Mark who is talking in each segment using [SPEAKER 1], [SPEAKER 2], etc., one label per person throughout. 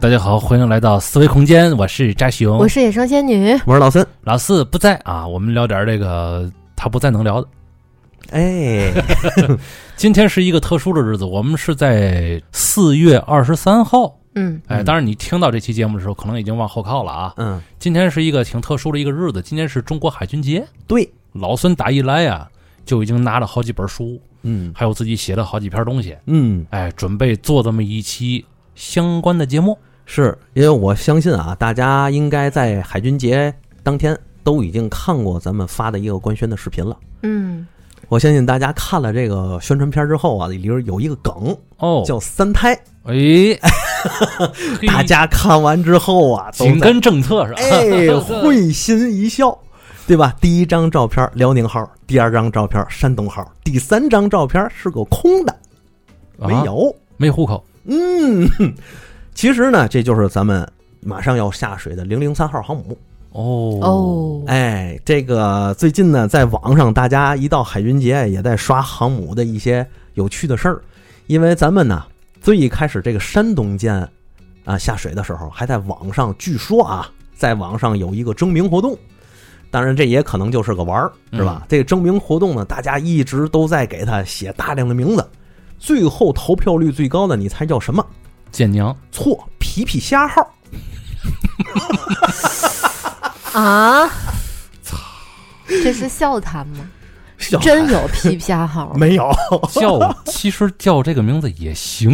[SPEAKER 1] 大家好，欢迎来到思维空间，我是扎熊
[SPEAKER 2] 哦
[SPEAKER 3] 我，是野生仙女，
[SPEAKER 2] 我是老森。
[SPEAKER 1] 老四不在啊，我们聊点这个他不再能聊的。
[SPEAKER 2] 哎，
[SPEAKER 1] 今天是一个特殊的日子，我们是在四月二十三号。
[SPEAKER 3] 嗯
[SPEAKER 1] 哎，
[SPEAKER 2] 嗯
[SPEAKER 1] 当然你听到这期节目的时候，可能已经往后靠了啊。
[SPEAKER 2] 嗯，
[SPEAKER 1] 今天是一个挺特殊的一个日子，今天是中国海军节。
[SPEAKER 2] 对，
[SPEAKER 1] 老孙打一来啊，就已经拿了好几本书，
[SPEAKER 2] 嗯
[SPEAKER 1] 还有自己写了好几篇东西，
[SPEAKER 2] 嗯，
[SPEAKER 1] 哎，准备做这么一期相关的节目。
[SPEAKER 2] 是因为我相信啊，大家应该在海军节当天都已经看过咱们发的一个官宣的视频了。
[SPEAKER 3] 嗯，
[SPEAKER 2] 我相信大家看了这个宣传片之后啊，里边有一个梗
[SPEAKER 1] 哦，
[SPEAKER 2] 叫“三胎
[SPEAKER 1] 哎，嘿”，
[SPEAKER 2] 大家看完之后啊，都
[SPEAKER 1] 紧
[SPEAKER 2] 在
[SPEAKER 1] 跟政策是吧？
[SPEAKER 2] 哎会心一笑，对吧？第一张照片辽宁号，第二张照片山东号，第三张照片是个空的，没
[SPEAKER 1] 啊
[SPEAKER 2] 有。
[SPEAKER 1] 没户口，
[SPEAKER 2] 嗯，其实呢，这就是咱们马上要下水的零零三号航母。
[SPEAKER 1] 哦
[SPEAKER 3] 哦，
[SPEAKER 2] 哎，这个最近呢，在网上大家一到海军节也在刷航母的一些有趣的事儿，因为咱们呢最一开始这个山东舰啊下水的时候，还在网上据说啊，在网上有一个征名活动。当然，这也可能就是个玩儿，是吧？这个征名活动呢，大家一直都在给它写大量的名字，最后投票率最高的，你猜叫什么？
[SPEAKER 1] 舰娘
[SPEAKER 2] 错，皮皮虾号。
[SPEAKER 3] 啊，这是笑谈吗？
[SPEAKER 2] 小
[SPEAKER 3] 真有皮皮虾号吗？
[SPEAKER 2] 啊没 有
[SPEAKER 1] 叫，其实叫这个名字也行。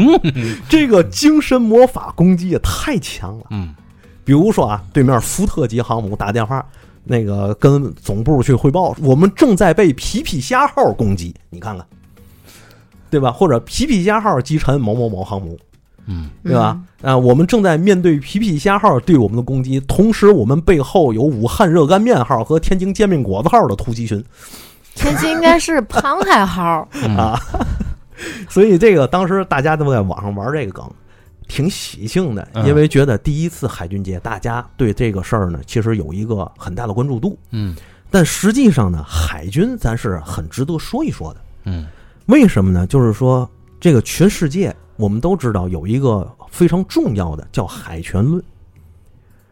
[SPEAKER 2] 这个精神魔法攻击也太强了。
[SPEAKER 1] 嗯，
[SPEAKER 2] 比如说啊，对面福特级航母打电话，那个跟总部去汇报，我们正在被皮皮虾号攻击，你看看，对吧？或者皮皮虾号击沉某某某航母，
[SPEAKER 1] 嗯，
[SPEAKER 2] 对吧？啊、我们正在面对皮皮虾号对我们的攻击，同时我们背后有武汉热干面号和天津煎饼果子号的突击群。
[SPEAKER 3] 天津应该是螃海 号，
[SPEAKER 1] 嗯
[SPEAKER 2] 啊所以这个当时大家都在网上玩这个梗，挺喜庆的，
[SPEAKER 1] 嗯
[SPEAKER 2] 因为觉得第一次海军节，大家对这个事儿呢，其实有一个很大的关注度。
[SPEAKER 1] 嗯
[SPEAKER 2] 但实际上呢，海军咱是很值得说一说的。
[SPEAKER 1] 嗯
[SPEAKER 2] 为什么呢？就是说，这个全世界我们都知道有一个非常重要的叫海权论。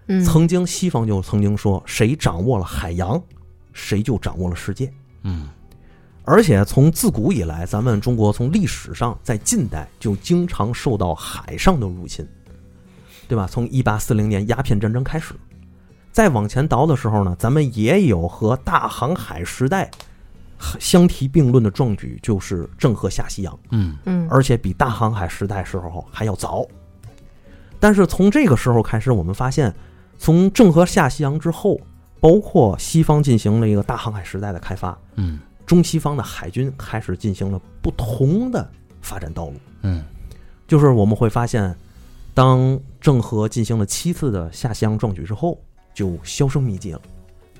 [SPEAKER 3] 嗯，
[SPEAKER 2] 曾经西方就曾经说，谁掌握了海洋，谁就掌握了世界。
[SPEAKER 1] 嗯
[SPEAKER 2] 而且从自古以来，咱们中国从历史上在近代就经常受到海上的入侵，对吧？从一八四零年鸦片战争开始，再往前倒的时候呢，咱们也有和大航海时代相提并论的壮举，就是郑和下西洋，
[SPEAKER 1] 嗯
[SPEAKER 3] 嗯，
[SPEAKER 2] 而且比大航海时代时候还要早。但是从这个时候开始，我们发现，从郑和下西洋之后，包括西方进行了一个大航海时代的开发，
[SPEAKER 1] 嗯
[SPEAKER 2] 中西方的海军开始进行了不同的发展道路。
[SPEAKER 1] 嗯
[SPEAKER 2] 就是我们会发现，当郑和进行了七次的下西洋壮举之后，就销声匿迹了。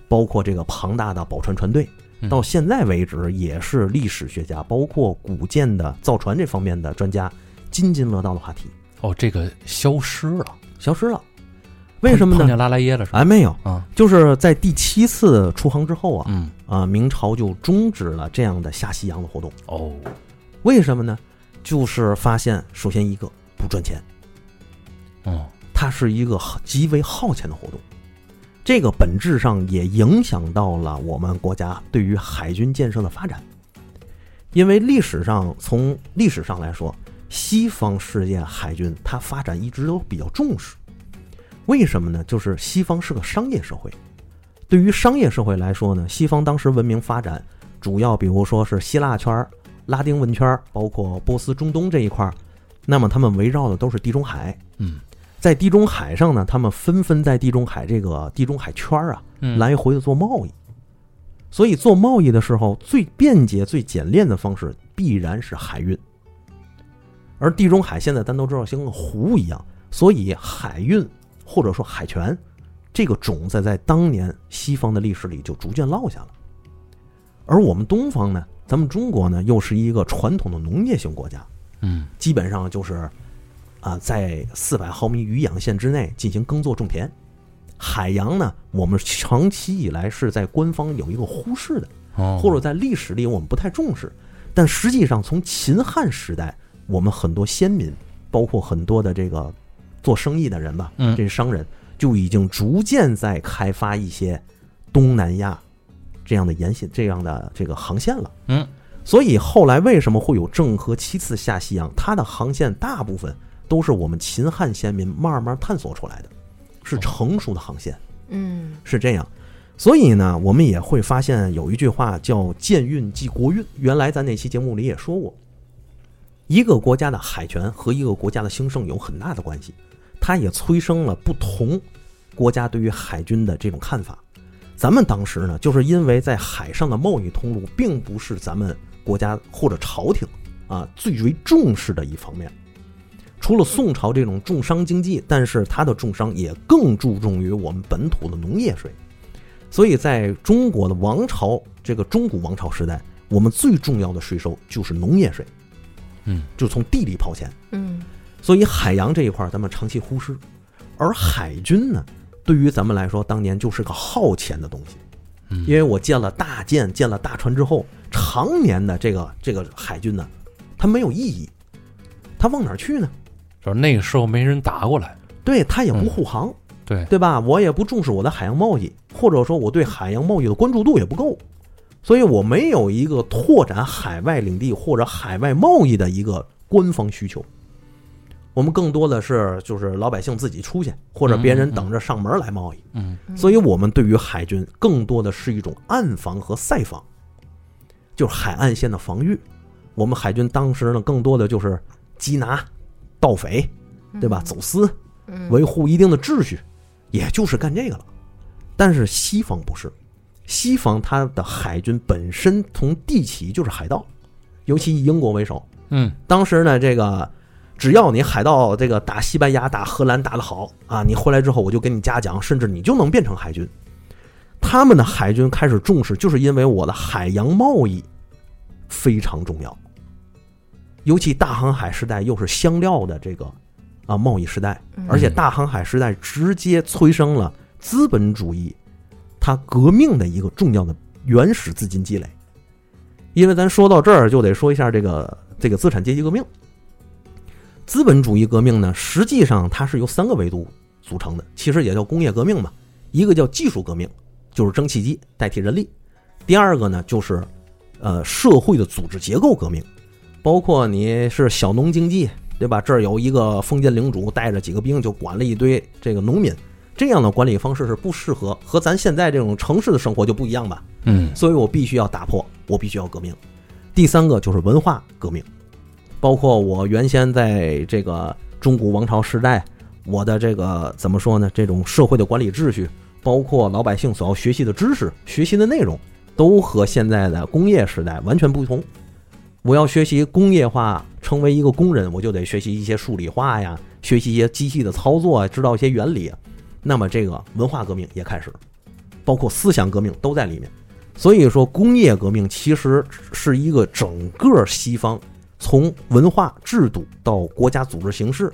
[SPEAKER 2] 包括这个庞大的宝船船队，
[SPEAKER 1] 嗯
[SPEAKER 2] 到现在为止也是历史学家，包括古建的造船这方面的专家津津乐道的话题，
[SPEAKER 1] 哦，这个消失了，
[SPEAKER 2] 消失了。为什么
[SPEAKER 1] 碰
[SPEAKER 2] 呢？
[SPEAKER 1] 见拉拉耶了是吧？
[SPEAKER 2] 哎，没有，
[SPEAKER 1] 啊，
[SPEAKER 2] 就是在第七次出航之后啊，
[SPEAKER 1] 嗯
[SPEAKER 2] 啊，明朝就终止了这样的下西洋的活动。
[SPEAKER 1] 哦，
[SPEAKER 2] 为什么呢？就是发现，首先一个不赚钱，
[SPEAKER 1] 嗯
[SPEAKER 2] 它是一个很极为耗钱的活动，这个本质上也影响到了我们国家对于海军建设的发展。因为历史上从历史上来说，西方世界海军它发展一直都比较重视，为什么呢？就是西方是个商业社会，对于商业社会来说呢，西方当时文明发展主要比如说是希腊圈儿、拉丁文圈儿，包括波斯、中东这一块儿，那么他们围绕的都是地中海。
[SPEAKER 1] 嗯
[SPEAKER 2] 在地中海上呢，他们纷纷在地中海这个地中海圈儿啊，
[SPEAKER 1] 嗯，
[SPEAKER 2] 来回的做贸易。所以做贸易的时候，最便捷、最简练的方式必然是海运。而地中海现在咱都知道像个湖一样，所以海运或者说海权这个种子在当年西方的历史里就逐渐落下了。而我们东方呢，咱们中国呢，又是一个传统的农业型国家，
[SPEAKER 1] 嗯
[SPEAKER 2] 基本上就是啊，在四百毫米渔养线之内进行耕作种田。海洋呢，我们长期以来是在官方有一个忽视的，
[SPEAKER 1] 哦，
[SPEAKER 2] 或者在历史里我们不太重视。但实际上，从秦汉时代，我们很多先民，包括很多的这个做生意的人吧，
[SPEAKER 1] 嗯
[SPEAKER 2] 这些商人就已经逐渐在开发一些东南亚这样的沿线这样的这个航线了。
[SPEAKER 1] 嗯，
[SPEAKER 2] 所以后来为什么会有郑和七次下西洋？它的航线大部分都是我们秦汉先民慢慢探索出来
[SPEAKER 1] 哦
[SPEAKER 2] 的，是成熟的航线，
[SPEAKER 3] 嗯
[SPEAKER 2] 是这样。所以呢，我们也会发现有一句话叫“舰运即国运”。原来咱那期节目里也说过，一个国家的海权和一个国家的兴盛有很大的关系，它也催生了不同国家对于海军的这种看法。咱们当时呢，就是因为在海上的贸易通路并不是咱们国家或者朝廷啊最为重视的一方面。除了宋朝这种重商经济，但是它的重商也更注重于我们本土的农业税。所以，在中国的王朝这个中古王朝时代，我们最重要的税收就是农业税，
[SPEAKER 1] 嗯，
[SPEAKER 2] 就从地里刨钱。
[SPEAKER 3] 嗯
[SPEAKER 2] 所以海洋这一块儿咱们长期忽视，而海军呢，对于咱们来说，当年就是个耗钱的东西，
[SPEAKER 1] 嗯
[SPEAKER 2] 因为我建了大舰、建了大船之后，常年的这个这个海军呢，它没有意义，它往哪儿去呢？
[SPEAKER 1] 就是那个时候没人打过来，
[SPEAKER 2] 对，它也不
[SPEAKER 1] 嗯
[SPEAKER 2] 护航，
[SPEAKER 1] 对，
[SPEAKER 2] 对吧？我也不重视我的海洋贸易，或者说我对海洋贸易的关注度也不够，所以我没有一个拓展海外领地或者海外贸易的一个官方需求。我们更多的是就是老百姓自己出去，或者别人等着上门来贸易。
[SPEAKER 1] 嗯
[SPEAKER 2] 所以我们对于海军更多的是一种岸防和塞防，就是海岸线的防御。我们海军当时呢，更多的就是缉拿、盗匪，对吧？走私，
[SPEAKER 3] 嗯
[SPEAKER 2] 维护一定的秩序，也就是干这个了。但是西方不是，西方它的海军本身从地起就是海盗，尤其以英国为首。
[SPEAKER 1] 嗯
[SPEAKER 2] 当时呢，这个只要你海盗这个打西班牙、打荷兰打得好啊，你回来之后我就给你嘉奖，甚至你就能变成海军。他们的海军开始重视，就是因为我的海洋贸易非常重要，尤其大航海时代又是香料的这个啊贸易时代，
[SPEAKER 3] 嗯
[SPEAKER 2] 而且大航海时代直接催生了资本主义它革命的一个重要的原始资金积累。因为咱说到这儿，就得说一下这个这个资产阶级革命。资本主义革命呢，实际上它是由三个维度组成的，其实也叫工业革命嘛。一个叫技术革命，就是蒸汽机代替人力；第二个呢，就是呃社会的组织结构革命，包括你是小农经济，对吧？这儿有一个封建领主带着几个兵就管了一堆这个农民，这样的管理方式是不适合和咱现在这种城市的生活就不一样吧？
[SPEAKER 1] 嗯
[SPEAKER 2] 所以我必须要打破，我必须要革命。第三个就是文化革命，包括我原先在这个中古王朝时代，我的这个怎么说呢？这种社会的管理秩序，包括老百姓所要学习的知识、学习的内容，都和现在的工业时代完全不同。我要学习工业化，成为一个工人，我就得学习一些数理化呀，学习一些机器的操作啊，知道一些原理啊。那么这个文化革命也开始，包括思想革命都在里面。所以说，工业革命其实是一个整个西方从文化制度到国家组织形式，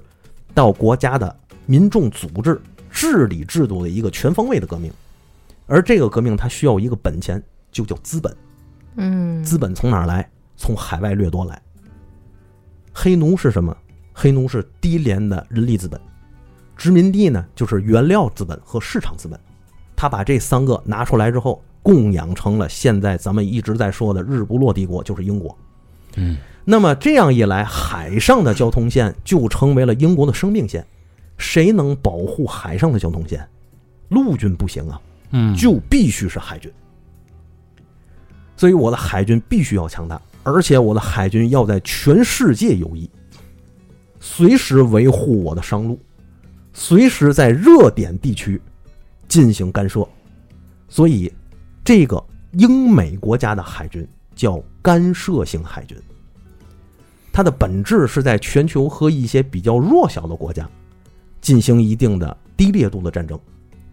[SPEAKER 2] 到国家的民众组织治理制度的一个全方位的革命。而这个革命它需要一个本钱，就叫资本。
[SPEAKER 3] 嗯
[SPEAKER 2] 资本从哪儿来？从海外掠夺来。黑奴是什么？黑奴是低廉的人力资本，殖民地呢就是原料资本和市场资本。他把这三个拿出来之后，供养成了现在咱们一直在说的日不落帝国，就是英国。
[SPEAKER 1] 嗯
[SPEAKER 2] 那么这样一来，海上的交通线就成为了英国的生命线。谁能保护海上的交通线？陆军不行啊，
[SPEAKER 1] 嗯，
[SPEAKER 2] 就必须是海军。所以我的海军必须要强大，而且我的海军要在全世界游弋，随时维护我的商路，随时在热点地区进行干涉。所以，这个英美国家的海军叫干涉型海军，它的本质是在全球和一些比较弱小的国家进行一定的低烈度的战争。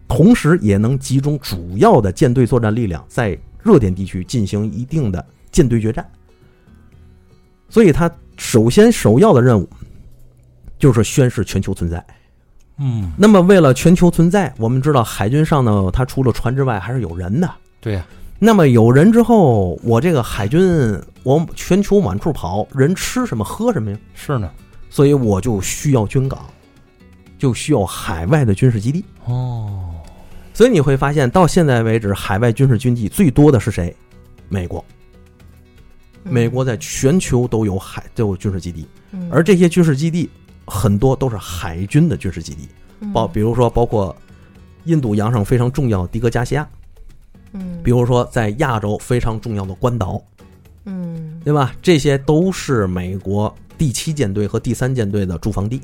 [SPEAKER 2] 同时也能集中主要的舰队作战力量在热点地区进行一定的舰队决战。所以，他首先首要的任务就是宣示全球存在。
[SPEAKER 1] 嗯，
[SPEAKER 2] 那么，为了全球存在，我们知道海军上呢，它除了船之外还是有人的。
[SPEAKER 1] 对呀，
[SPEAKER 2] 那么有人之后，我这个海军，我全球满处跑，人吃什么喝什么呀？
[SPEAKER 1] 是呢，
[SPEAKER 2] 所以我就需要军港。就需要海外的军事基地。
[SPEAKER 1] 哦，
[SPEAKER 2] 所以你会发现，到现在为止，海外军事军地最多的是谁？美国。美国在全球都有海都有军事基地，
[SPEAKER 3] 嗯，
[SPEAKER 2] 而这些军事基地很多都是海军的军事基地，包比如说包括印度洋上非常重要的的哥加西亚，
[SPEAKER 3] 嗯，
[SPEAKER 2] 比如说在亚洲非常重要的关岛，
[SPEAKER 3] 嗯
[SPEAKER 2] 对吧？这些都是美国第七舰队和第三舰队的驻防地，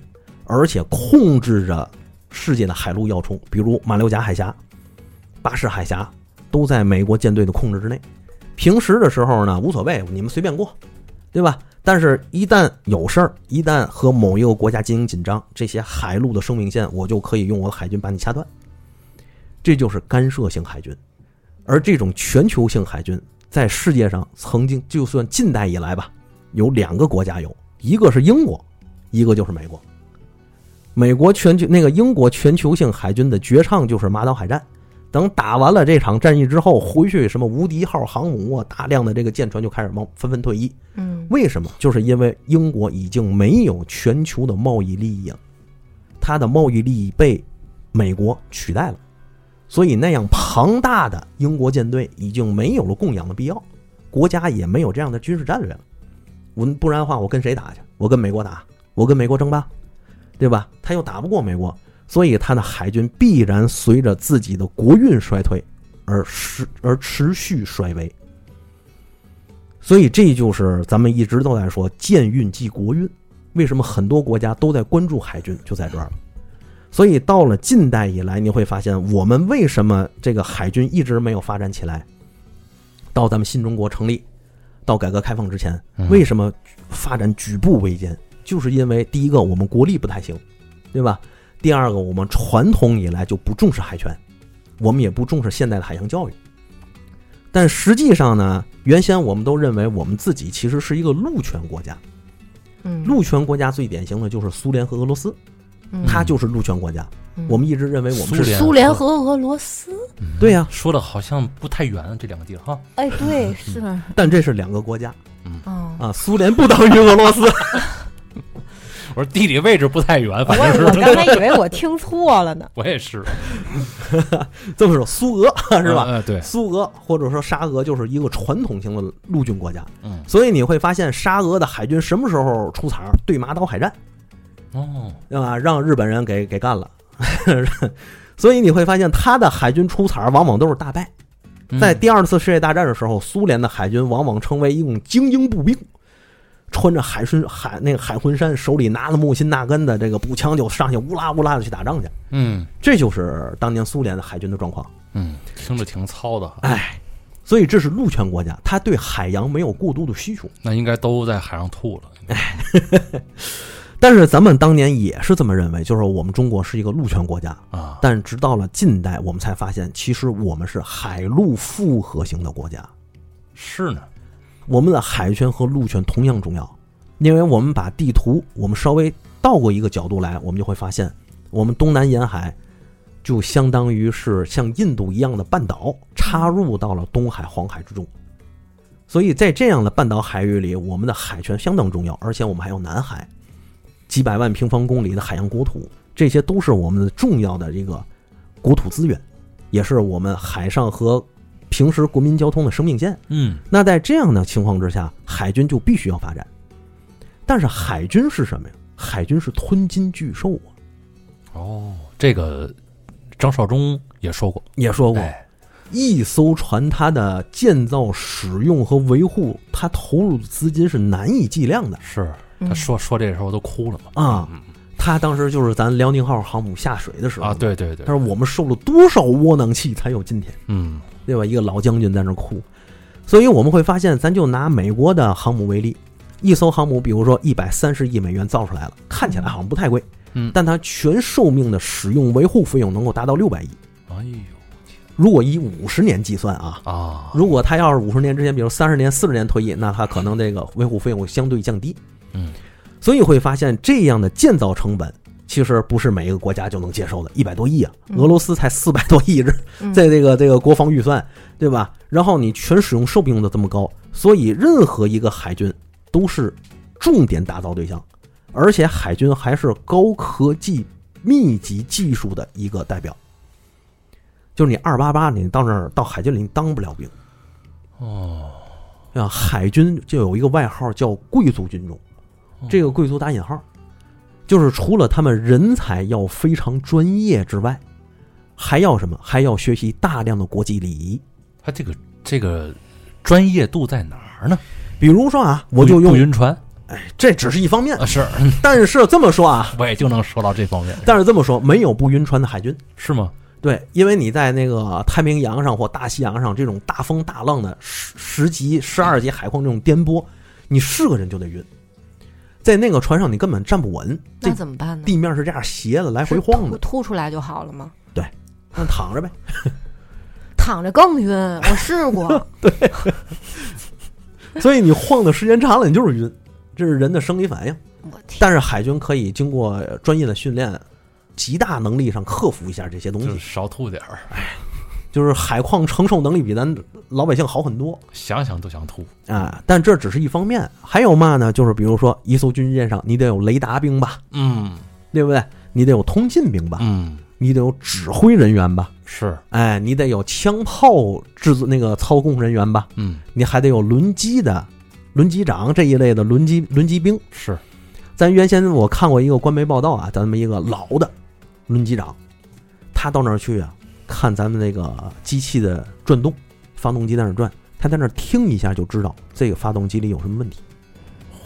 [SPEAKER 2] 而且控制着世界的海陆要冲，比如马六甲海峡、巴士海峡都在美国舰队的控制之内。平时的时候呢，无所谓，你们随便过，对吧？但是，一旦有事儿，一旦和某一个国家经营紧张，这些海陆的生命线，我就可以用我的海军把你掐断。这就是干涉性海军，而这种全球性海军在世界上曾经，就算近代以来吧，有两个国家有，一个是英国，一个就是美国。美国全球那个英国全球性海军的绝唱就是马岛海战。等打完了这场战役之后，回去什么无敌号航母啊，大量的这个舰船就开始往纷纷退役。
[SPEAKER 3] 嗯
[SPEAKER 2] 为什么？就是因为英国已经没有全球的贸易利益了，它的贸易利益被美国取代了，所以那样庞大的英国舰队已经没有了供养的必要，国家也没有这样的军事战略了。我不然的话，我跟谁打去？我跟美国打，我跟美国争霸，对吧？他又打不过美国，所以他的海军必然随着自己的国运衰退而持而持续衰微。所以这就是咱们一直都在说舰运即国运，为什么很多国家都在关注海军，就在这儿了。所以到了近代以来，你会发现我们为什么这个海军一直没有发展起来，到咱们新中国成立，到改革开放之前，
[SPEAKER 1] 嗯
[SPEAKER 2] 为什么发展举步维艰？就是因为第一个我们国力不太行，对吧？第二个我们传统以来就不重视海权，我们也不重视现代的海洋教育。但实际上呢，原先我们都认为我们自己其实是一个陆权国家，
[SPEAKER 3] 嗯，
[SPEAKER 2] 陆权国家最典型的就是苏联和俄罗斯，
[SPEAKER 3] 嗯
[SPEAKER 2] 它就是陆权国家。
[SPEAKER 3] 嗯
[SPEAKER 2] 我们一直认为我们
[SPEAKER 1] 苏
[SPEAKER 2] 是
[SPEAKER 1] 联
[SPEAKER 3] 苏联和俄罗斯，
[SPEAKER 2] 对呀、
[SPEAKER 1] 嗯说的好像不太远，这两个地儿哈。
[SPEAKER 3] 哎，对，是
[SPEAKER 2] 但这是两个国家
[SPEAKER 3] 嗯，
[SPEAKER 2] 啊，苏联不等于俄罗斯。
[SPEAKER 1] 我说地理位置不太远，
[SPEAKER 4] 我
[SPEAKER 1] 反
[SPEAKER 3] 哎
[SPEAKER 1] 正
[SPEAKER 4] 也
[SPEAKER 1] 是，
[SPEAKER 2] 啊
[SPEAKER 4] 我刚才以为我听错了呢
[SPEAKER 1] 我也是，
[SPEAKER 2] 这么说，苏俄是吧？
[SPEAKER 1] 嗯？嗯对，
[SPEAKER 2] 苏俄或者说沙俄就是一个传统型的陆军国家，
[SPEAKER 1] 嗯，
[SPEAKER 2] 所以你会发现沙俄的海军什么时候出场？对马岛海战。
[SPEAKER 1] 哦，
[SPEAKER 2] 对吧？让日本人给给干了， 所以你会发现他的海军出彩儿往往都是大败。
[SPEAKER 1] 嗯
[SPEAKER 2] 在第二次世界大战的时候，苏联的海军往往成为一种精英步兵，穿着海军海那个海魂衫，手里拿着木辛纳根的这个步枪就上去乌拉乌拉的去打仗去。
[SPEAKER 1] 嗯
[SPEAKER 2] 这就是当年苏联的海军的状况。
[SPEAKER 1] 嗯，听着挺糙的哈，
[SPEAKER 2] 哎，所以这是陆权国家，他对海洋没有过度的需求。
[SPEAKER 1] 那应该都在海上吐了。
[SPEAKER 2] 但是咱们当年也是这么认为，就是我们中国是一个陆权国家，
[SPEAKER 1] 啊，
[SPEAKER 2] 但直到了近代，我们才发现，其实我们是海陆复合型的国家，
[SPEAKER 1] 是呢，
[SPEAKER 2] 我们的海权和陆权同样重要，因为我们把地图我们稍微倒过一个角度来，我们就会发现，我们东南沿海就相当于是像印度一样的半岛插入到了东海、黄海之中。所以在这样的半岛海域里，我们的海权相当重要，而且我们还有南海，几百万平方公里的海洋国土，这些都是我们的重要的这个国土资源，也是我们海上和平时国民交通的生命线。
[SPEAKER 1] 嗯
[SPEAKER 2] 那在这样的情况之下，海军就必须要发展。但是海军是什么呀？海军是吞金巨兽啊！
[SPEAKER 1] 哦，这个张绍忠也说过，
[SPEAKER 2] 也说过，
[SPEAKER 1] 哎，
[SPEAKER 2] 一艘船它的建造、使用和维护，它投入的资金是难以计量的
[SPEAKER 1] 是
[SPEAKER 3] 嗯
[SPEAKER 1] 他说说这时候都哭了嘛。
[SPEAKER 2] 啊
[SPEAKER 1] 嗯！
[SPEAKER 2] 他当时就是咱辽宁号航母下水的时候
[SPEAKER 1] 啊，，对对对
[SPEAKER 2] 他，说我们受了多少窝囊气才有今天，
[SPEAKER 1] 嗯
[SPEAKER 2] 对吧？一个老将军在那儿哭，所以我们会发现，咱就拿美国的航母为例，一艘航母，比如说一百三十亿美元造出来了，看起来好像不太贵，
[SPEAKER 1] 嗯
[SPEAKER 2] 但它全寿命的使用维护费用能够达到六百亿。
[SPEAKER 1] 哎呦
[SPEAKER 2] 如果以五十年计算啊，
[SPEAKER 1] 啊，
[SPEAKER 2] 如果它要是五十年之前，比如三十年、四十年退役，那它可能这个维护费用相对降低。
[SPEAKER 1] 嗯，
[SPEAKER 2] 所以会发现这样的建造成本。其实不是每一个国家就能接受的，一百多亿啊，
[SPEAKER 3] 嗯
[SPEAKER 2] 俄罗斯才四百多亿，这
[SPEAKER 3] 嗯
[SPEAKER 2] 在这个这个国防预算，对吧？然后你全使用寿命的这么高，所以任何一个海军都是重点打造对象，而且海军还是高科技密集技术的一个代表。就是你二八八，你到那儿到海军里你当不了兵
[SPEAKER 1] 哦，
[SPEAKER 2] 啊。海军就有一个外号叫贵族军种，
[SPEAKER 1] 哦
[SPEAKER 2] 这个贵族打引号，就是除了他们人才要非常专业之外，还要什么？还要学习大量的国际礼仪。
[SPEAKER 1] 他这个这个专业度在哪儿呢？
[SPEAKER 2] 比如说啊，我就
[SPEAKER 1] 不不
[SPEAKER 2] 用，
[SPEAKER 1] 晕 船
[SPEAKER 2] 这只是 一方面，
[SPEAKER 1] 啊，是
[SPEAKER 2] 但是这么说啊，
[SPEAKER 1] 我也就能说到这方面，
[SPEAKER 2] 但是这么说，没有不晕船的海军。
[SPEAKER 1] 是吗？
[SPEAKER 2] 对，因为你在那个太平洋上或大西洋上这种大风大浪的十十级、十二级海况这种颠簸，你是个人就得晕，在那个船上你根本站不稳，这
[SPEAKER 3] 那怎么办呢？
[SPEAKER 2] 地面是这样斜的来回晃
[SPEAKER 3] 是
[SPEAKER 2] 的，
[SPEAKER 3] 吐吐出来就好了吗？
[SPEAKER 2] 那躺着呗。
[SPEAKER 3] 躺着更晕，我试 过，
[SPEAKER 2] 所以你晃的时间长了，你就是晕，这是人的生理反应。
[SPEAKER 3] 我天，
[SPEAKER 2] 但是海军可以经过专业的训练，极大能力上克服一下这些东
[SPEAKER 1] 就是
[SPEAKER 2] 西，
[SPEAKER 1] 少吐点儿，
[SPEAKER 2] 就是海况承受能力比咱老百姓好很多。
[SPEAKER 1] 想想都想吐。
[SPEAKER 2] 啊，但这只是一方面，还有嘛呢？就是比如说，一艘军舰上你得有雷达兵吧，
[SPEAKER 1] 嗯
[SPEAKER 2] 对不对？你得有通信兵吧，
[SPEAKER 1] 嗯，
[SPEAKER 2] 你得有指挥人员吧，
[SPEAKER 1] 是
[SPEAKER 2] 哎，你得有枪炮制作那个操控人员吧，
[SPEAKER 1] 嗯
[SPEAKER 2] 你还得有轮机的轮机长这一类的轮机轮机兵。
[SPEAKER 1] 是
[SPEAKER 2] 咱原先我看过一个官媒报道啊，咱们一个老的轮机长，他到那儿去啊，看咱们那个机器的转动，发动机在那儿转，他在那儿听一下就知道这个发动机里有什么问题。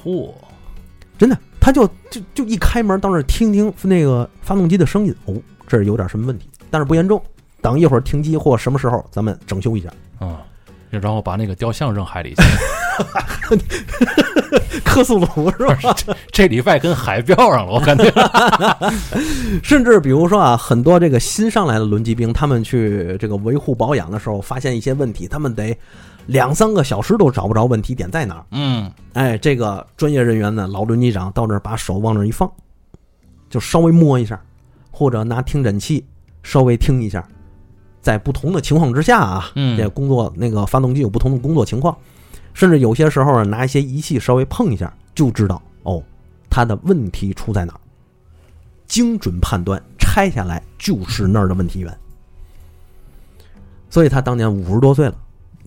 [SPEAKER 1] 嚯，
[SPEAKER 2] 真的，他就就就一开门到那儿听听那个发动机的声音，哦，这儿有点什么问题，但是不严重。等一会儿停机或什么时候，咱们整修一 下，
[SPEAKER 1] 嗯，然后把那个雕像扔海里去。
[SPEAKER 2] 克苏鲁是吧？
[SPEAKER 1] 这礼拜跟海标上了，我感觉。
[SPEAKER 2] 甚至比如说啊，很多这个新上来的轮机兵，他们去这个维护保养的时候，发现一些问题，他们得两三个小时都找不着问题点在哪儿。
[SPEAKER 1] 嗯，
[SPEAKER 2] 哎，这个专业人员呢，老轮机长到那儿把手往那儿一放，就稍微摸一下，或者拿听诊器稍微听一下，在不同的情况之下啊，
[SPEAKER 1] 嗯
[SPEAKER 2] 这工作那个发动机有不同的工作情况，甚至有些时候啊拿一些仪器稍微碰一下，就知道哦，它的问题出在哪儿，精准判断，拆下来就是那儿的问题源。所以他当年五十多岁了，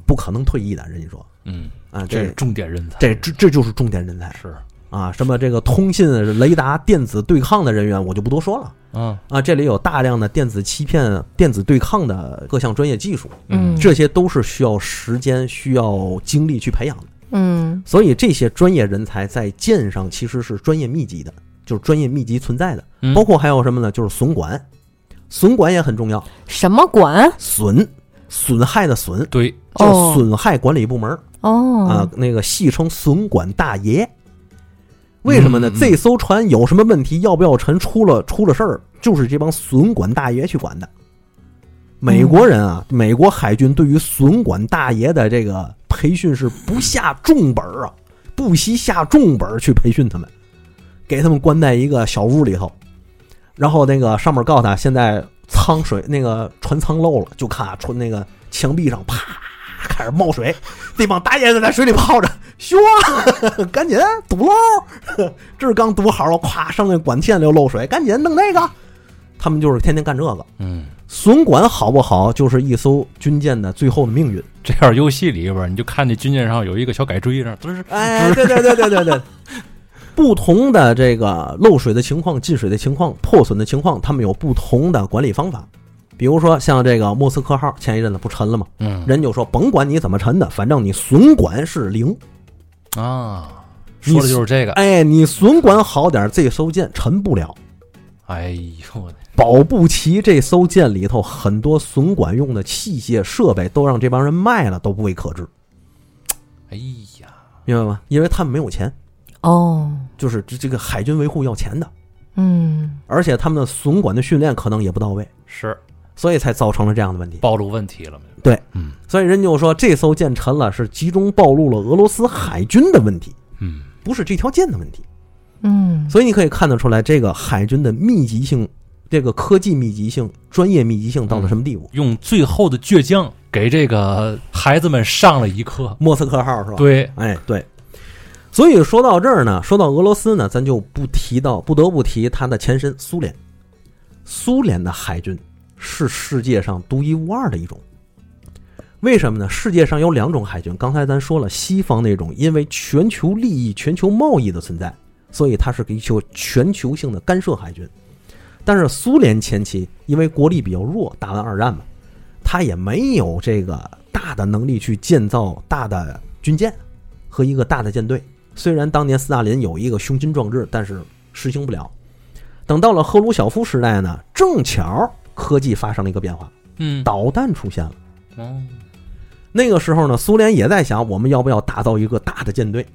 [SPEAKER 2] 不可能退役的，人家说
[SPEAKER 1] 嗯，
[SPEAKER 2] 啊，
[SPEAKER 1] 这是
[SPEAKER 2] 这
[SPEAKER 1] 重点人才，
[SPEAKER 2] 这这这就是重点人才
[SPEAKER 1] 是
[SPEAKER 2] 啊！什么这个通信、雷达、电子对抗的人员，我就不多说了
[SPEAKER 1] 嗯
[SPEAKER 2] 啊。这里有大量的电子欺骗、电子对抗的各项专业技术，
[SPEAKER 3] 嗯
[SPEAKER 2] 这些都是需要时间、需要精力去培养的。
[SPEAKER 3] 嗯
[SPEAKER 2] 所以这些专业人才在舰上其实是专业密集的，就是专业密集存在的。
[SPEAKER 1] 嗯
[SPEAKER 2] 包括还有什么呢？就是损管，损管也很重要。
[SPEAKER 3] 什么管？
[SPEAKER 2] 损损害的损
[SPEAKER 1] 对，
[SPEAKER 2] 叫
[SPEAKER 3] 哦
[SPEAKER 2] 损害管理部门儿。啊
[SPEAKER 3] 哦，，
[SPEAKER 2] 那个戏称“损管大爷”。为什么呢？
[SPEAKER 1] 嗯嗯
[SPEAKER 2] 这艘船有什么问题，要不要沉，出了出了事儿，就是这帮损管大爷去管的。美国人啊，美国海军对于损管大爷的这个培训是不下重本儿啊，不惜下重本儿去培训他们，给他们关在一个小屋里头，然后那个上面告诉他，现在舱水那个船舱漏了，就看啊船那个墙壁上啪开始冒水，那帮大爷在那水里泡着，修啊， 赶紧堵漏，这儿 刚堵好了，咵上那管线就漏水，赶紧弄那个。他们就是天天干这个，
[SPEAKER 1] 嗯，
[SPEAKER 2] 损管好不好，就是一艘军舰的最后的命运。
[SPEAKER 1] 这要是游戏里边儿，你就看那军舰上有一个小改锥，那都是
[SPEAKER 2] 哎，对对对对对对， 不同的这个漏水的情况、进水的情况、破损的情况，他们有不同的管理方法。比如说像这个莫斯科号，前一阵子不沉了吗？
[SPEAKER 1] 嗯
[SPEAKER 2] 人就说甭管你怎么沉的，反正你损管是零。
[SPEAKER 1] 啊，
[SPEAKER 2] 你
[SPEAKER 1] 说的就是这个。
[SPEAKER 2] 哎，你损管好点儿，这艘舰沉不了。
[SPEAKER 1] 哎呦我的，
[SPEAKER 2] 保不齐这艘舰里头很多损管用的器械设备都让这帮人卖了，都不为可知，
[SPEAKER 1] 哎呀，
[SPEAKER 2] 明白吗？因为他们没有钱，
[SPEAKER 3] 哦，
[SPEAKER 2] 就是这这个海军维护要钱的，
[SPEAKER 3] 嗯，
[SPEAKER 2] 而且他们的损管的训练可能也不到位，
[SPEAKER 1] 是
[SPEAKER 2] 所以才造成了这样的问题。
[SPEAKER 1] 暴露问题了吗？
[SPEAKER 2] 对，
[SPEAKER 1] 嗯
[SPEAKER 2] 所以人就说这艘舰沉了是集中暴露了俄罗斯海军的问题，
[SPEAKER 1] 嗯，
[SPEAKER 2] 不是这条舰的问题。
[SPEAKER 3] 嗯，
[SPEAKER 2] 所以你可以看得出来，这个海军的密集性、这个科技密集性、专业密集性到了什么地步？
[SPEAKER 1] 用最后的倔强给这个孩子们上了一课。
[SPEAKER 2] 莫斯科号是吧？
[SPEAKER 1] 对，
[SPEAKER 2] 哎，对。所以说到这儿呢，说到俄罗斯呢，咱就不提到，不得不提它的前身苏联。苏联的海军是世界上独一无二的一种。为什么呢？世界上有两种海军，刚才咱说了，西方那种因为全球利益、全球贸易的存在，所以它是一球全球性的干涉海军。但是苏联前期因为国力比较弱，打完二战嘛，它也没有这个大的能力去建造大的军舰和一个大的舰队。虽然当年斯大林有一个雄心壮志，但是实行不了。等到了赫鲁晓夫时代呢，正巧科技发生了一个变化，
[SPEAKER 1] 嗯，
[SPEAKER 2] 导弹出现了。
[SPEAKER 1] 哦
[SPEAKER 2] 那个时候呢，苏联也在想，我们要不要打造一个大的舰队？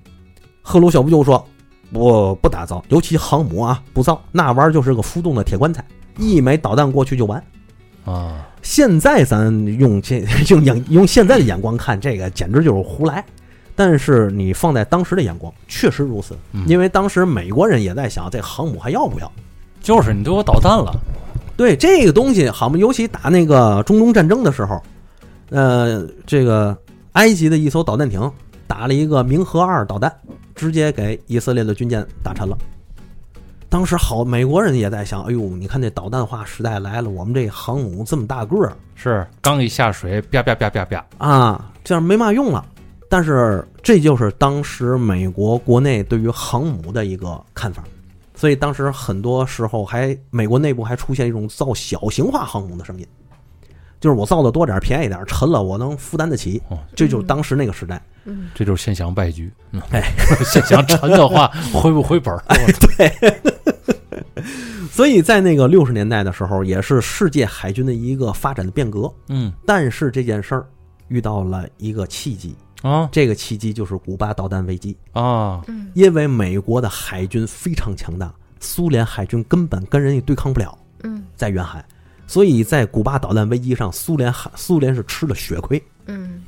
[SPEAKER 2] 赫鲁晓夫就说：“我不打造，尤其航母啊，不造，那玩意儿就是个浮动的铁棺材，一枚导弹过去就完。”
[SPEAKER 1] 啊，
[SPEAKER 2] 现在咱用这 用眼用现在的眼光看，这个简直就是胡来。但是你放在当时的眼光，确实如此，
[SPEAKER 1] 嗯
[SPEAKER 2] 因为当时美国人也在想，这航母还要不要？
[SPEAKER 1] 就是你对我捣蛋了，
[SPEAKER 2] 对这个东西，航母尤其打那个中东战争的时候，呃，这个埃及的一艘导弹艇打了一个明和二导弹，直接给以色列的军舰打沉了。当时好，美国人也在想，哎呦，你看这导弹化时代来了，我们这航母这么大个儿
[SPEAKER 1] 是刚一下水，啪啪啪啪啪，
[SPEAKER 2] 啊，这样没嘛用了。但是这就是当时美国国内对于航母的一个看法，所以当时很多时候还美国内部还出现一种造小型化航母的声音，就是我造的多点儿便宜点儿，沉了我能负担得起
[SPEAKER 1] 哦，
[SPEAKER 2] 这就是当时那个时代。
[SPEAKER 3] 嗯，
[SPEAKER 1] 这就是现象败局。 嗯
[SPEAKER 2] 哎，
[SPEAKER 1] 现象沉的 话回不回本儿？我操
[SPEAKER 2] 所以在那个六十年代的时候，也是世界海军的一个发展的变革。
[SPEAKER 1] 嗯
[SPEAKER 2] 但是这件事儿遇到了一个契机，
[SPEAKER 1] 啊
[SPEAKER 2] 这个契机就是古巴导弹危机。
[SPEAKER 1] 啊，
[SPEAKER 3] 嗯
[SPEAKER 2] 因为美国的海军非常强大，苏联海军根本跟人家对抗不了，
[SPEAKER 3] 嗯
[SPEAKER 2] 在远海，所以在古巴导弹危机上，苏联海苏联是吃了血亏。
[SPEAKER 3] 嗯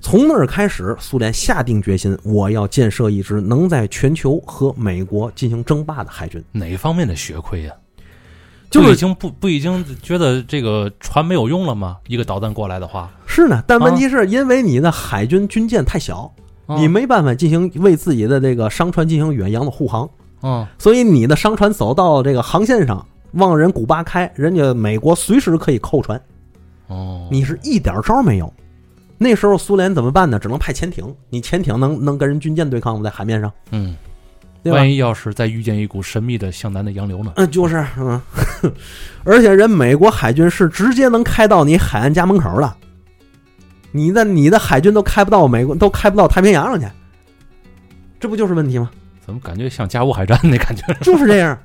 [SPEAKER 2] 从那儿开始，苏联下定决心，我要建设一支能在全球和美国进行争霸的海军。
[SPEAKER 1] 哪方面的血亏呀？
[SPEAKER 2] 就
[SPEAKER 1] 不已
[SPEAKER 2] 是
[SPEAKER 1] 经不不已经觉得这个船没有用了吗？一个导弹过来的话，
[SPEAKER 2] 是呢，但问题是因为你的海军军舰太小，
[SPEAKER 1] 啊
[SPEAKER 2] 你没办法进行为自己的这个商船进行远洋的护航。
[SPEAKER 1] 啊
[SPEAKER 2] 所以你的商船走到这个航线上，往人古巴开，人家美国随时可以扣船，
[SPEAKER 1] 哦，
[SPEAKER 2] 你是一点招儿没有。那时候苏联怎么办呢？只能派潜艇。你潜艇能能跟人军舰对抗吗？在海面上，
[SPEAKER 1] 嗯，
[SPEAKER 2] 对吧
[SPEAKER 1] 万？一要是再遇见一股神秘的向南的洋流呢？
[SPEAKER 2] 嗯，就是嗯， 而且人美国海军是直接能开到你海岸家门口的，你的你的海军都开不到美国，都开不到太平洋上去，这不就是问 题吗？
[SPEAKER 1] 怎么感觉像甲午海战那感觉，
[SPEAKER 2] 就是这样。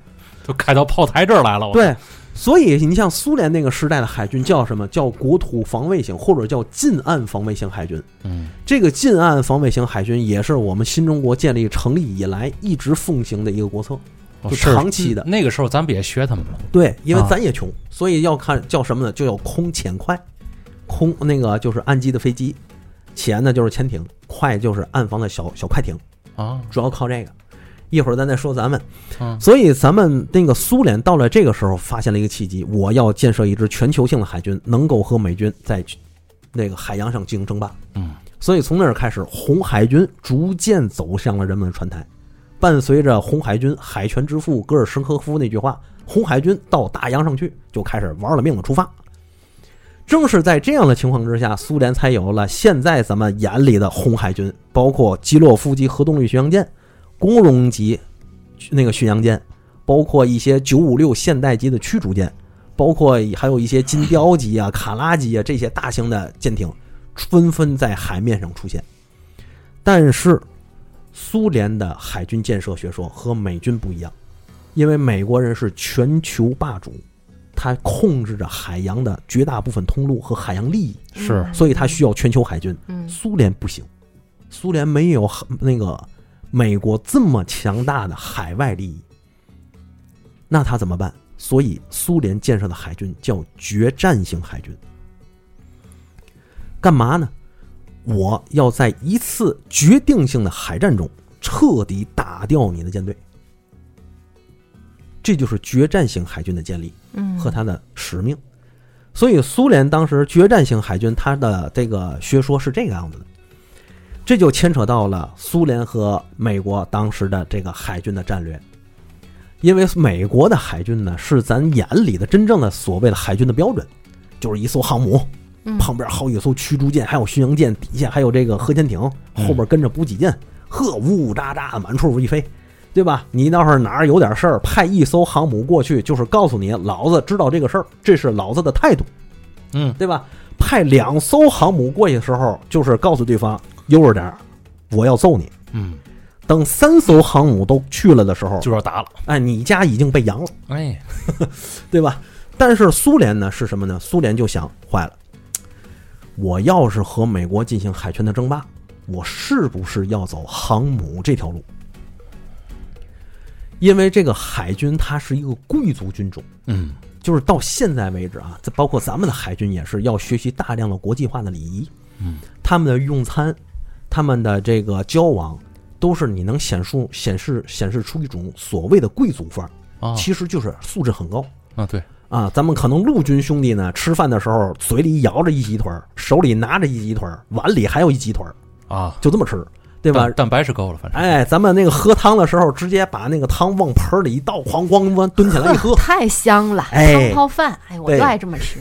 [SPEAKER 1] 都开到炮台这儿来了？我，
[SPEAKER 2] 对，所以你像苏联那个时代的海军叫什么？叫国土防卫型，或者叫近岸防卫型海军。
[SPEAKER 1] 嗯
[SPEAKER 2] 这个近岸防卫型海军也是我们新中国建立成立以来一直奉行的一个国策。
[SPEAKER 1] 哦
[SPEAKER 2] 就是长期的
[SPEAKER 1] 那个时候咱们也学他们了，
[SPEAKER 2] 对，因为
[SPEAKER 1] 啊
[SPEAKER 2] 咱也穷，所以要看叫什么呢？就要空潜快，空那个就是岸基的飞机，潜呢就是潜艇，快就是岸防的小小快艇，
[SPEAKER 1] 啊，
[SPEAKER 2] 主要靠这个。一会儿咱再说咱们，
[SPEAKER 1] 嗯
[SPEAKER 2] 所以咱们那个苏联到了这个时候发现了一个契机，我要建设一支全球性的海军，能够和美军在那个海洋上进行争霸。
[SPEAKER 1] 嗯，
[SPEAKER 2] 所以从那儿开始，红海军逐渐走向了人们的船台。伴随着红海军海权之父戈尔什科夫那句话，红海军到大洋上去，就开始玩了命的出发。正是在这样的情况之下，苏联才有了现在咱们眼里的红海军，包括基洛夫级核动力巡洋舰、工农级那个巡洋舰，包括一些九五六现代级的驱逐舰，包括还有一些金雕级啊、卡拉级啊这些大型的舰艇，纷纷在海面上出现。但是，苏联的海军建设学说和美军不一样，因为美国人是全球霸主，他控制着海洋的绝大部分通路和海洋利益，
[SPEAKER 1] 是
[SPEAKER 2] 所以他需要全球海军。
[SPEAKER 3] 嗯
[SPEAKER 2] 苏联不行，苏联没有很那个美国这么强大的海外利益，那他怎么办？所以苏联建设的海军叫决战型海军，干嘛呢？我要在一次决定性的海战中彻底打掉你的舰队，这就是决战型海军的建立。
[SPEAKER 3] 嗯
[SPEAKER 2] 和它的使命。所以，苏联当时决战型海军，它的这个学说是这个样子的，这就牵扯到了苏联和美国当时的这个海军的战略。因为美国的海军呢，是咱眼里的真正的所谓的海军的标准，就是一艘航母，
[SPEAKER 3] 嗯
[SPEAKER 2] 旁边好几艘驱逐舰，还有巡洋舰，底下还有这个核潜艇，
[SPEAKER 1] 嗯
[SPEAKER 2] 后边跟着补给舰，呵，呜呜喳喳的满处一飞，对吧？你要是哪儿有点事儿，派一艘航母过去，就是告诉你，老子知道这个事儿，这是老子的态度，
[SPEAKER 1] 嗯，
[SPEAKER 2] 对吧？派两艘航母过去的时候，就是告诉对方悠着点儿，我要揍你。
[SPEAKER 1] 嗯，
[SPEAKER 2] 等三艘航母都去了的时候，
[SPEAKER 1] 就要打了。
[SPEAKER 2] 哎，你家已经被扬了。
[SPEAKER 1] 哎，
[SPEAKER 2] 对吧？但是苏联呢是什么呢？苏联就想坏了，我要是和美国进行海权的争霸，我是不是要走航母这条路？因为这个海军它是一个贵族军种，
[SPEAKER 1] 嗯
[SPEAKER 2] 就是到现在为止啊，这包括咱们的海军也是要学习大量的国际化的礼仪，
[SPEAKER 1] 嗯，
[SPEAKER 2] 他们的用餐，他们的这个交往，都是你能显出显示显示出一种所谓的贵族范儿，
[SPEAKER 1] 啊
[SPEAKER 2] 其实就是素质很高。
[SPEAKER 1] 啊，对，
[SPEAKER 2] 啊，咱们可能陆军兄弟呢，吃饭的时候嘴里摇着一鸡腿儿，手里拿着一鸡腿儿，碗里还有一鸡腿儿，
[SPEAKER 1] 啊，
[SPEAKER 2] 就这么吃，对吧
[SPEAKER 1] 蛋？蛋白是够了，反正。
[SPEAKER 2] 哎，咱们那个喝汤的时候，直接把那个汤往盆儿里一倒，哐咣咣蹲起来一 喝，
[SPEAKER 3] 太香了，
[SPEAKER 2] 哎
[SPEAKER 3] 汤泡饭，哎，我
[SPEAKER 2] 对
[SPEAKER 3] 就爱这么 吃。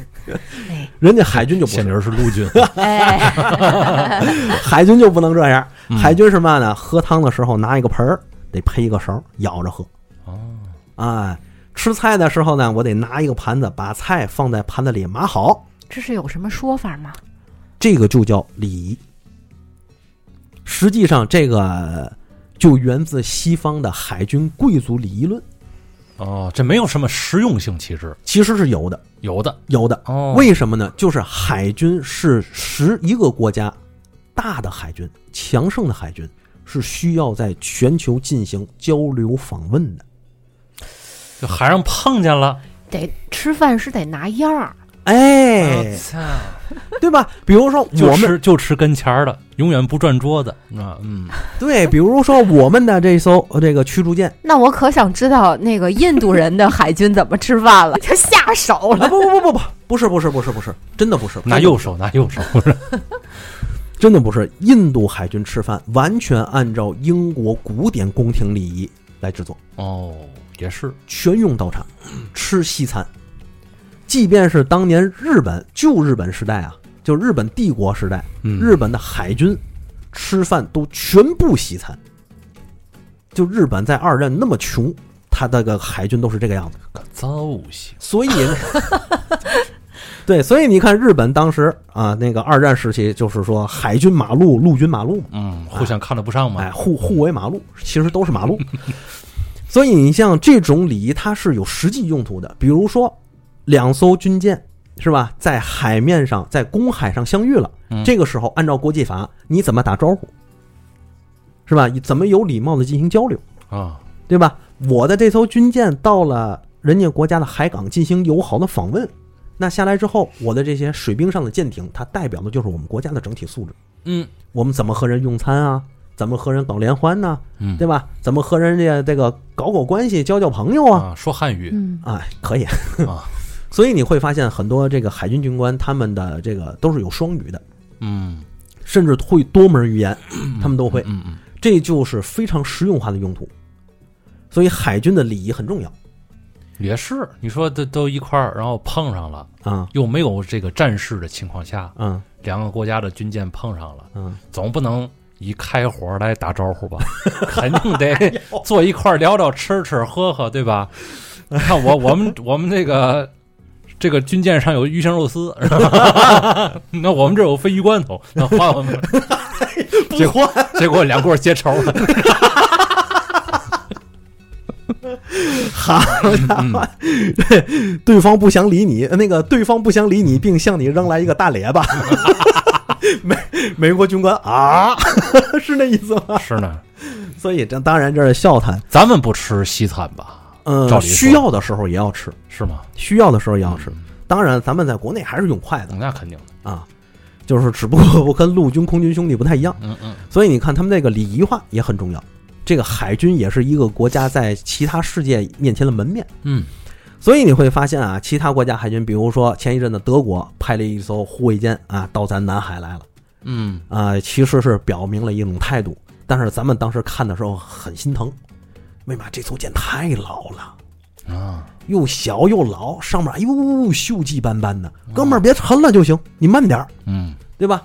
[SPEAKER 3] 哎
[SPEAKER 2] 人家海军就不
[SPEAKER 1] 现
[SPEAKER 2] 是，
[SPEAKER 1] 人是陆军，
[SPEAKER 3] 哎，
[SPEAKER 2] 海军就不能这样，
[SPEAKER 1] 嗯
[SPEAKER 2] 海军是嘛呢？喝汤的时候拿一个盆儿，得配一个勺，舀着喝。
[SPEAKER 1] 哦，
[SPEAKER 2] 哎，吃菜的时候呢，我得拿一个盘子，把菜放在盘子里码好，
[SPEAKER 3] 这是有什么说法吗？
[SPEAKER 2] 这个就叫礼仪。实际上，这个就源自西方的海军贵族礼仪论，
[SPEAKER 1] 哦，这没有什么实用性，其实
[SPEAKER 2] 其实是有的，
[SPEAKER 1] 有的
[SPEAKER 2] 有的。
[SPEAKER 1] 哦
[SPEAKER 2] 为什么呢？就是海军是十一个国家大的海军、强盛的海军，是需要在全球进行交流访问的。
[SPEAKER 1] 就海上碰见了，
[SPEAKER 3] 得吃饭是得拿样儿，
[SPEAKER 2] 哎，
[SPEAKER 1] 操，
[SPEAKER 2] 对吧？比如说
[SPEAKER 1] 就
[SPEAKER 2] 我们
[SPEAKER 1] 吃就吃跟前儿的，永远不转桌子啊，嗯，
[SPEAKER 2] 对，比如说我们的这艘呃这个驱逐舰，
[SPEAKER 3] 那我可想知道那个印度人的海军怎么吃饭 了，就下手
[SPEAKER 2] 啊
[SPEAKER 3] 了。
[SPEAKER 2] 不不不不不，不是不是不是不是，真的不是，
[SPEAKER 1] 拿
[SPEAKER 2] 真的
[SPEAKER 1] 右手拿右手，
[SPEAKER 2] 真的不是，印度海军吃饭完全按照英国古典宫廷礼仪来制作，
[SPEAKER 1] 哦，也是，
[SPEAKER 2] 全用刀叉，吃西餐。即便是当年日本旧日本时代啊，就日本帝国时代，
[SPEAKER 1] 嗯，
[SPEAKER 2] 日本的海军吃饭都全部西餐。就日本在二战那么穷，他那个海军都是这个样子。
[SPEAKER 1] 个造型，
[SPEAKER 2] 所以， 对，所以你看日本当时啊，那个二战时期，就是说海军马路，陆军马路嘛。
[SPEAKER 1] 嗯，互相看得不上嘛，
[SPEAKER 2] 哎，互互为马路，其实都是马路。 所以你像这种礼仪，它是有实际用途的。比如说，两艘军舰是吧，在海面上，在公海上相遇了，
[SPEAKER 1] 嗯
[SPEAKER 2] 这个时候按照国际法，你怎么打招呼，是吧？怎么有礼貌的进行交流，
[SPEAKER 1] 啊，
[SPEAKER 2] 对吧？我的这艘军舰到了人家国家的海港进行友好的访问，那下来之后，我的这些水兵上的舰艇，它代表的就是我们国家的整体素质。
[SPEAKER 1] 嗯
[SPEAKER 2] 我们怎么和人用餐啊？怎么和人搞联欢呢、
[SPEAKER 1] 嗯，
[SPEAKER 2] 对吧？怎么和人家这个搞搞关系、交交朋友啊？
[SPEAKER 1] 啊，说汉语
[SPEAKER 3] 嗯，
[SPEAKER 2] 啊，可以
[SPEAKER 1] 啊。
[SPEAKER 2] 所以你会发现很多这个海军军官，他们的这个都是有双语的，
[SPEAKER 1] 嗯，
[SPEAKER 2] 甚至会多门语 言，他们都会。
[SPEAKER 1] 嗯嗯
[SPEAKER 2] 这就是非常实用化的用途。所以海军的礼仪很重要
[SPEAKER 1] 嗯，也是，你说这都一块儿，然后碰上了，
[SPEAKER 2] 啊，
[SPEAKER 1] 又没有这个战事的情况下，
[SPEAKER 2] 嗯
[SPEAKER 1] 两个国家的军舰碰上了，
[SPEAKER 2] 嗯，
[SPEAKER 1] 总不能一开火来打招 呼吧？肯定
[SPEAKER 2] 哎
[SPEAKER 1] 得坐一块儿聊聊，吃吃喝喝，对吧？你看我 我们我们这个这个军舰上有鱼香肉丝，是 吧那我们这有鲱鱼罐头，那换换吧。结果结果两锅结仇 了，
[SPEAKER 2] 好家伙，对方不想理你，那个对方不想理你，并向你扔来一个大咧巴。 美美国军官啊， 是那意思吗？
[SPEAKER 1] 是呢。
[SPEAKER 2] 所以这当然这是笑谈。
[SPEAKER 1] 咱们不吃西餐吧？照
[SPEAKER 2] 嗯，
[SPEAKER 1] 理说嗯
[SPEAKER 2] 需要的时候也要吃，
[SPEAKER 1] 是吗？
[SPEAKER 2] 需要的时候也要吃。当然，咱们在国内还是用筷子
[SPEAKER 1] 嗯那肯定的。
[SPEAKER 2] 啊，就是只不过我跟陆军、空军兄弟不太一样，
[SPEAKER 1] 嗯嗯
[SPEAKER 2] 所以你看他们那个礼仪化也很重要。这个海军也是一个国家在其他世界面前的门面，
[SPEAKER 1] 嗯
[SPEAKER 2] 所以你会发现啊，其他国家海军，比如说前一阵的德国派了一艘护卫舰啊到咱南海来了
[SPEAKER 1] 嗯，
[SPEAKER 2] 啊、其实是表明了一种态度，但是咱们当时看的时候很心疼，为嘛这艘舰太老了，
[SPEAKER 1] 啊，
[SPEAKER 2] 又小又老，上面哎呦锈迹斑斑的，
[SPEAKER 1] 哦
[SPEAKER 2] 哥们儿别沉了就行，你慢点儿，
[SPEAKER 1] 嗯
[SPEAKER 2] 对吧？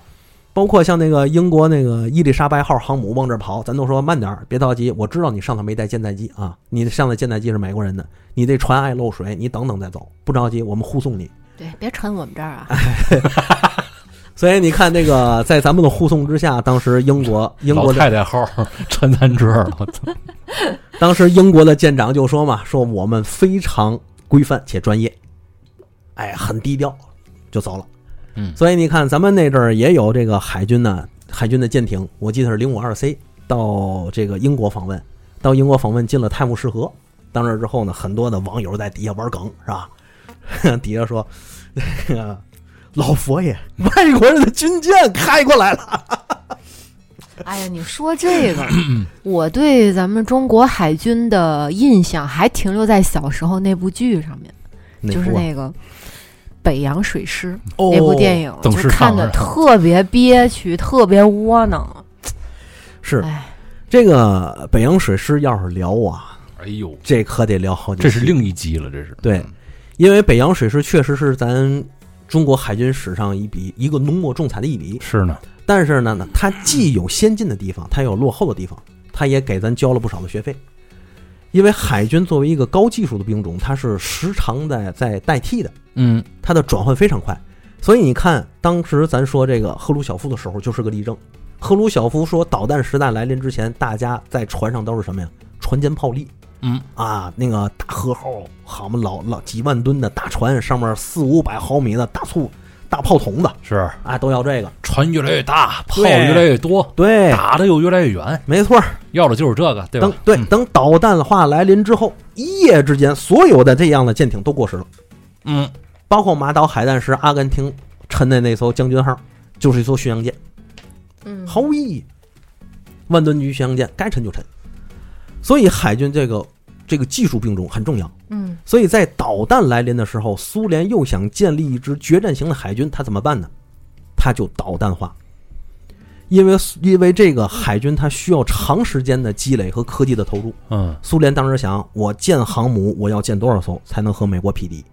[SPEAKER 2] 包括像那个英国那个伊丽莎白号航母往这儿跑，咱都说慢点儿，别着急。我知道你上头没带舰载机啊，你上的舰载机是美国人的，你这船爱漏水，你等等再走，不着急，我们护送你。
[SPEAKER 3] 对，别沉我们这儿啊！
[SPEAKER 2] 所以你看，这个在咱们的护送之下，当时英国英国
[SPEAKER 1] 老
[SPEAKER 2] 的
[SPEAKER 1] 太太号 儿陈咱这儿了，我操，
[SPEAKER 2] 当时英国的舰长就说嘛，说我们非常规范且专业，哎，很低调，就走了。
[SPEAKER 1] 嗯
[SPEAKER 2] 所以你看，咱们那阵儿也有这个海军呢，海军的舰艇，我记得是零五二 C 到这个英国访问，到英国访问进了泰晤士河。到那儿之后呢，很多的网友在底下玩梗，是吧？ 底下说， 那个老佛爷，外国人的军舰开过来了。
[SPEAKER 3] 哎呀，你说这个，我对咱们中国海军的印象还停留在小时候那部剧上面，就是
[SPEAKER 2] 啊
[SPEAKER 3] 那啊个《北洋水师》
[SPEAKER 2] 哦
[SPEAKER 3] 那部电
[SPEAKER 2] 影
[SPEAKER 3] 影，
[SPEAKER 1] 邓
[SPEAKER 3] 就
[SPEAKER 1] 世
[SPEAKER 3] 看
[SPEAKER 1] 昌
[SPEAKER 3] 的
[SPEAKER 1] 是吧
[SPEAKER 3] 特别憋屈，特别窝囊。
[SPEAKER 2] 是
[SPEAKER 3] 哎，
[SPEAKER 2] 这个北洋水师，要是聊啊，
[SPEAKER 1] 哎呦，
[SPEAKER 2] 这可得聊好几期。
[SPEAKER 1] 这是另一集了，这是
[SPEAKER 2] 对，因为北洋水师确实是咱中国海军史上一笔一个浓墨重彩的一笔，
[SPEAKER 1] 是呢，
[SPEAKER 2] 但是呢，呢它既有先进的地方，它也有落后的地方，它也给咱交了不少的学费。因为海军作为一个高技术的兵种，它是时常在在代替的，
[SPEAKER 1] 嗯
[SPEAKER 2] 它的转换非常快。所以你看，当时咱说这个赫鲁晓夫的时候，就是个例证。赫鲁晓夫说，导弹时代来临之前，大家在船上都是什么呀？船坚炮利，
[SPEAKER 1] 嗯，
[SPEAKER 2] 啊，那个大河号，好嘛，老老几万吨的大船，上面四五百毫米的大醋大炮筒子，
[SPEAKER 1] 是
[SPEAKER 2] 啊，都要这个。
[SPEAKER 1] 船越来越大，炮
[SPEAKER 2] 对
[SPEAKER 1] 越来越多，
[SPEAKER 2] 对，
[SPEAKER 1] 打的又越来越远，
[SPEAKER 2] 没错儿。
[SPEAKER 1] 要的就是这个，对吧嗯
[SPEAKER 2] 等？对，等导弹化来临之后，一夜之间，所有的这样的舰艇都过时了，
[SPEAKER 1] 嗯，
[SPEAKER 2] 包括马岛海战时阿根廷沉的那艘将军号，就是一艘巡洋舰，
[SPEAKER 3] 嗯
[SPEAKER 2] 毫无意义。万吨级巡洋舰该沉就沉，所以海军这个这个技术兵种很重要。
[SPEAKER 3] 嗯，
[SPEAKER 2] 所以在导弹来临的时候，苏联又想建立一支决战型的海军，他怎么办呢？他就导弹化，因为因为这个海军它需要长时间的积累和科技的投入。
[SPEAKER 1] 嗯
[SPEAKER 2] 苏联当时想，我建航母，我要建多少艘才能和美国匹敌？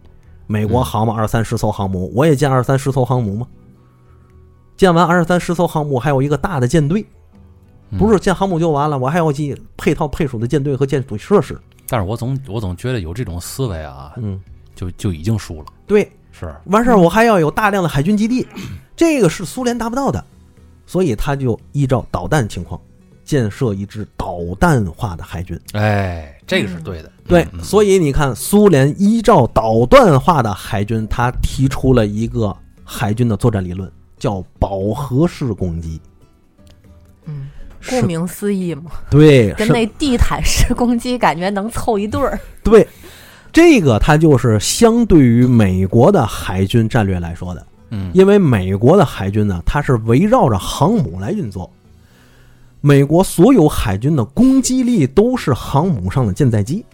[SPEAKER 2] 美国航母二三十艘航母，我也建二三十艘航母吗？建完二三十艘航母，还有一个大的舰队，
[SPEAKER 1] 嗯
[SPEAKER 2] 不是建航母就完了，我还要去配套配属的舰队和舰属设施。
[SPEAKER 1] 但是我总我总觉得有这种思维啊，
[SPEAKER 2] 嗯，
[SPEAKER 1] 就就已经输了，
[SPEAKER 2] 对，
[SPEAKER 1] 是
[SPEAKER 2] 完事儿我还要有大量的海军基地，这个是苏联达不到的，所以他就依照导弹情况建设一支导弹化的海军。
[SPEAKER 1] 哎，这个是对的，
[SPEAKER 2] 嗯
[SPEAKER 1] 嗯
[SPEAKER 2] 对，
[SPEAKER 1] 以
[SPEAKER 2] 所以你看，苏联依照导弹化的海军，他提出了一个海军的作战理论，叫饱和式攻击。
[SPEAKER 3] 嗯，
[SPEAKER 2] 是
[SPEAKER 3] 顾名思义嘛，
[SPEAKER 2] 对，
[SPEAKER 3] 跟
[SPEAKER 2] 是
[SPEAKER 3] 那地毯式攻击感觉能凑一对儿。
[SPEAKER 2] 对，这个它就是相对于美国的海军战略来说的。
[SPEAKER 1] 嗯
[SPEAKER 2] 因为美国的海军呢，它是围绕着航母来运作。美国所有海军的攻击力都是航母上的舰载机，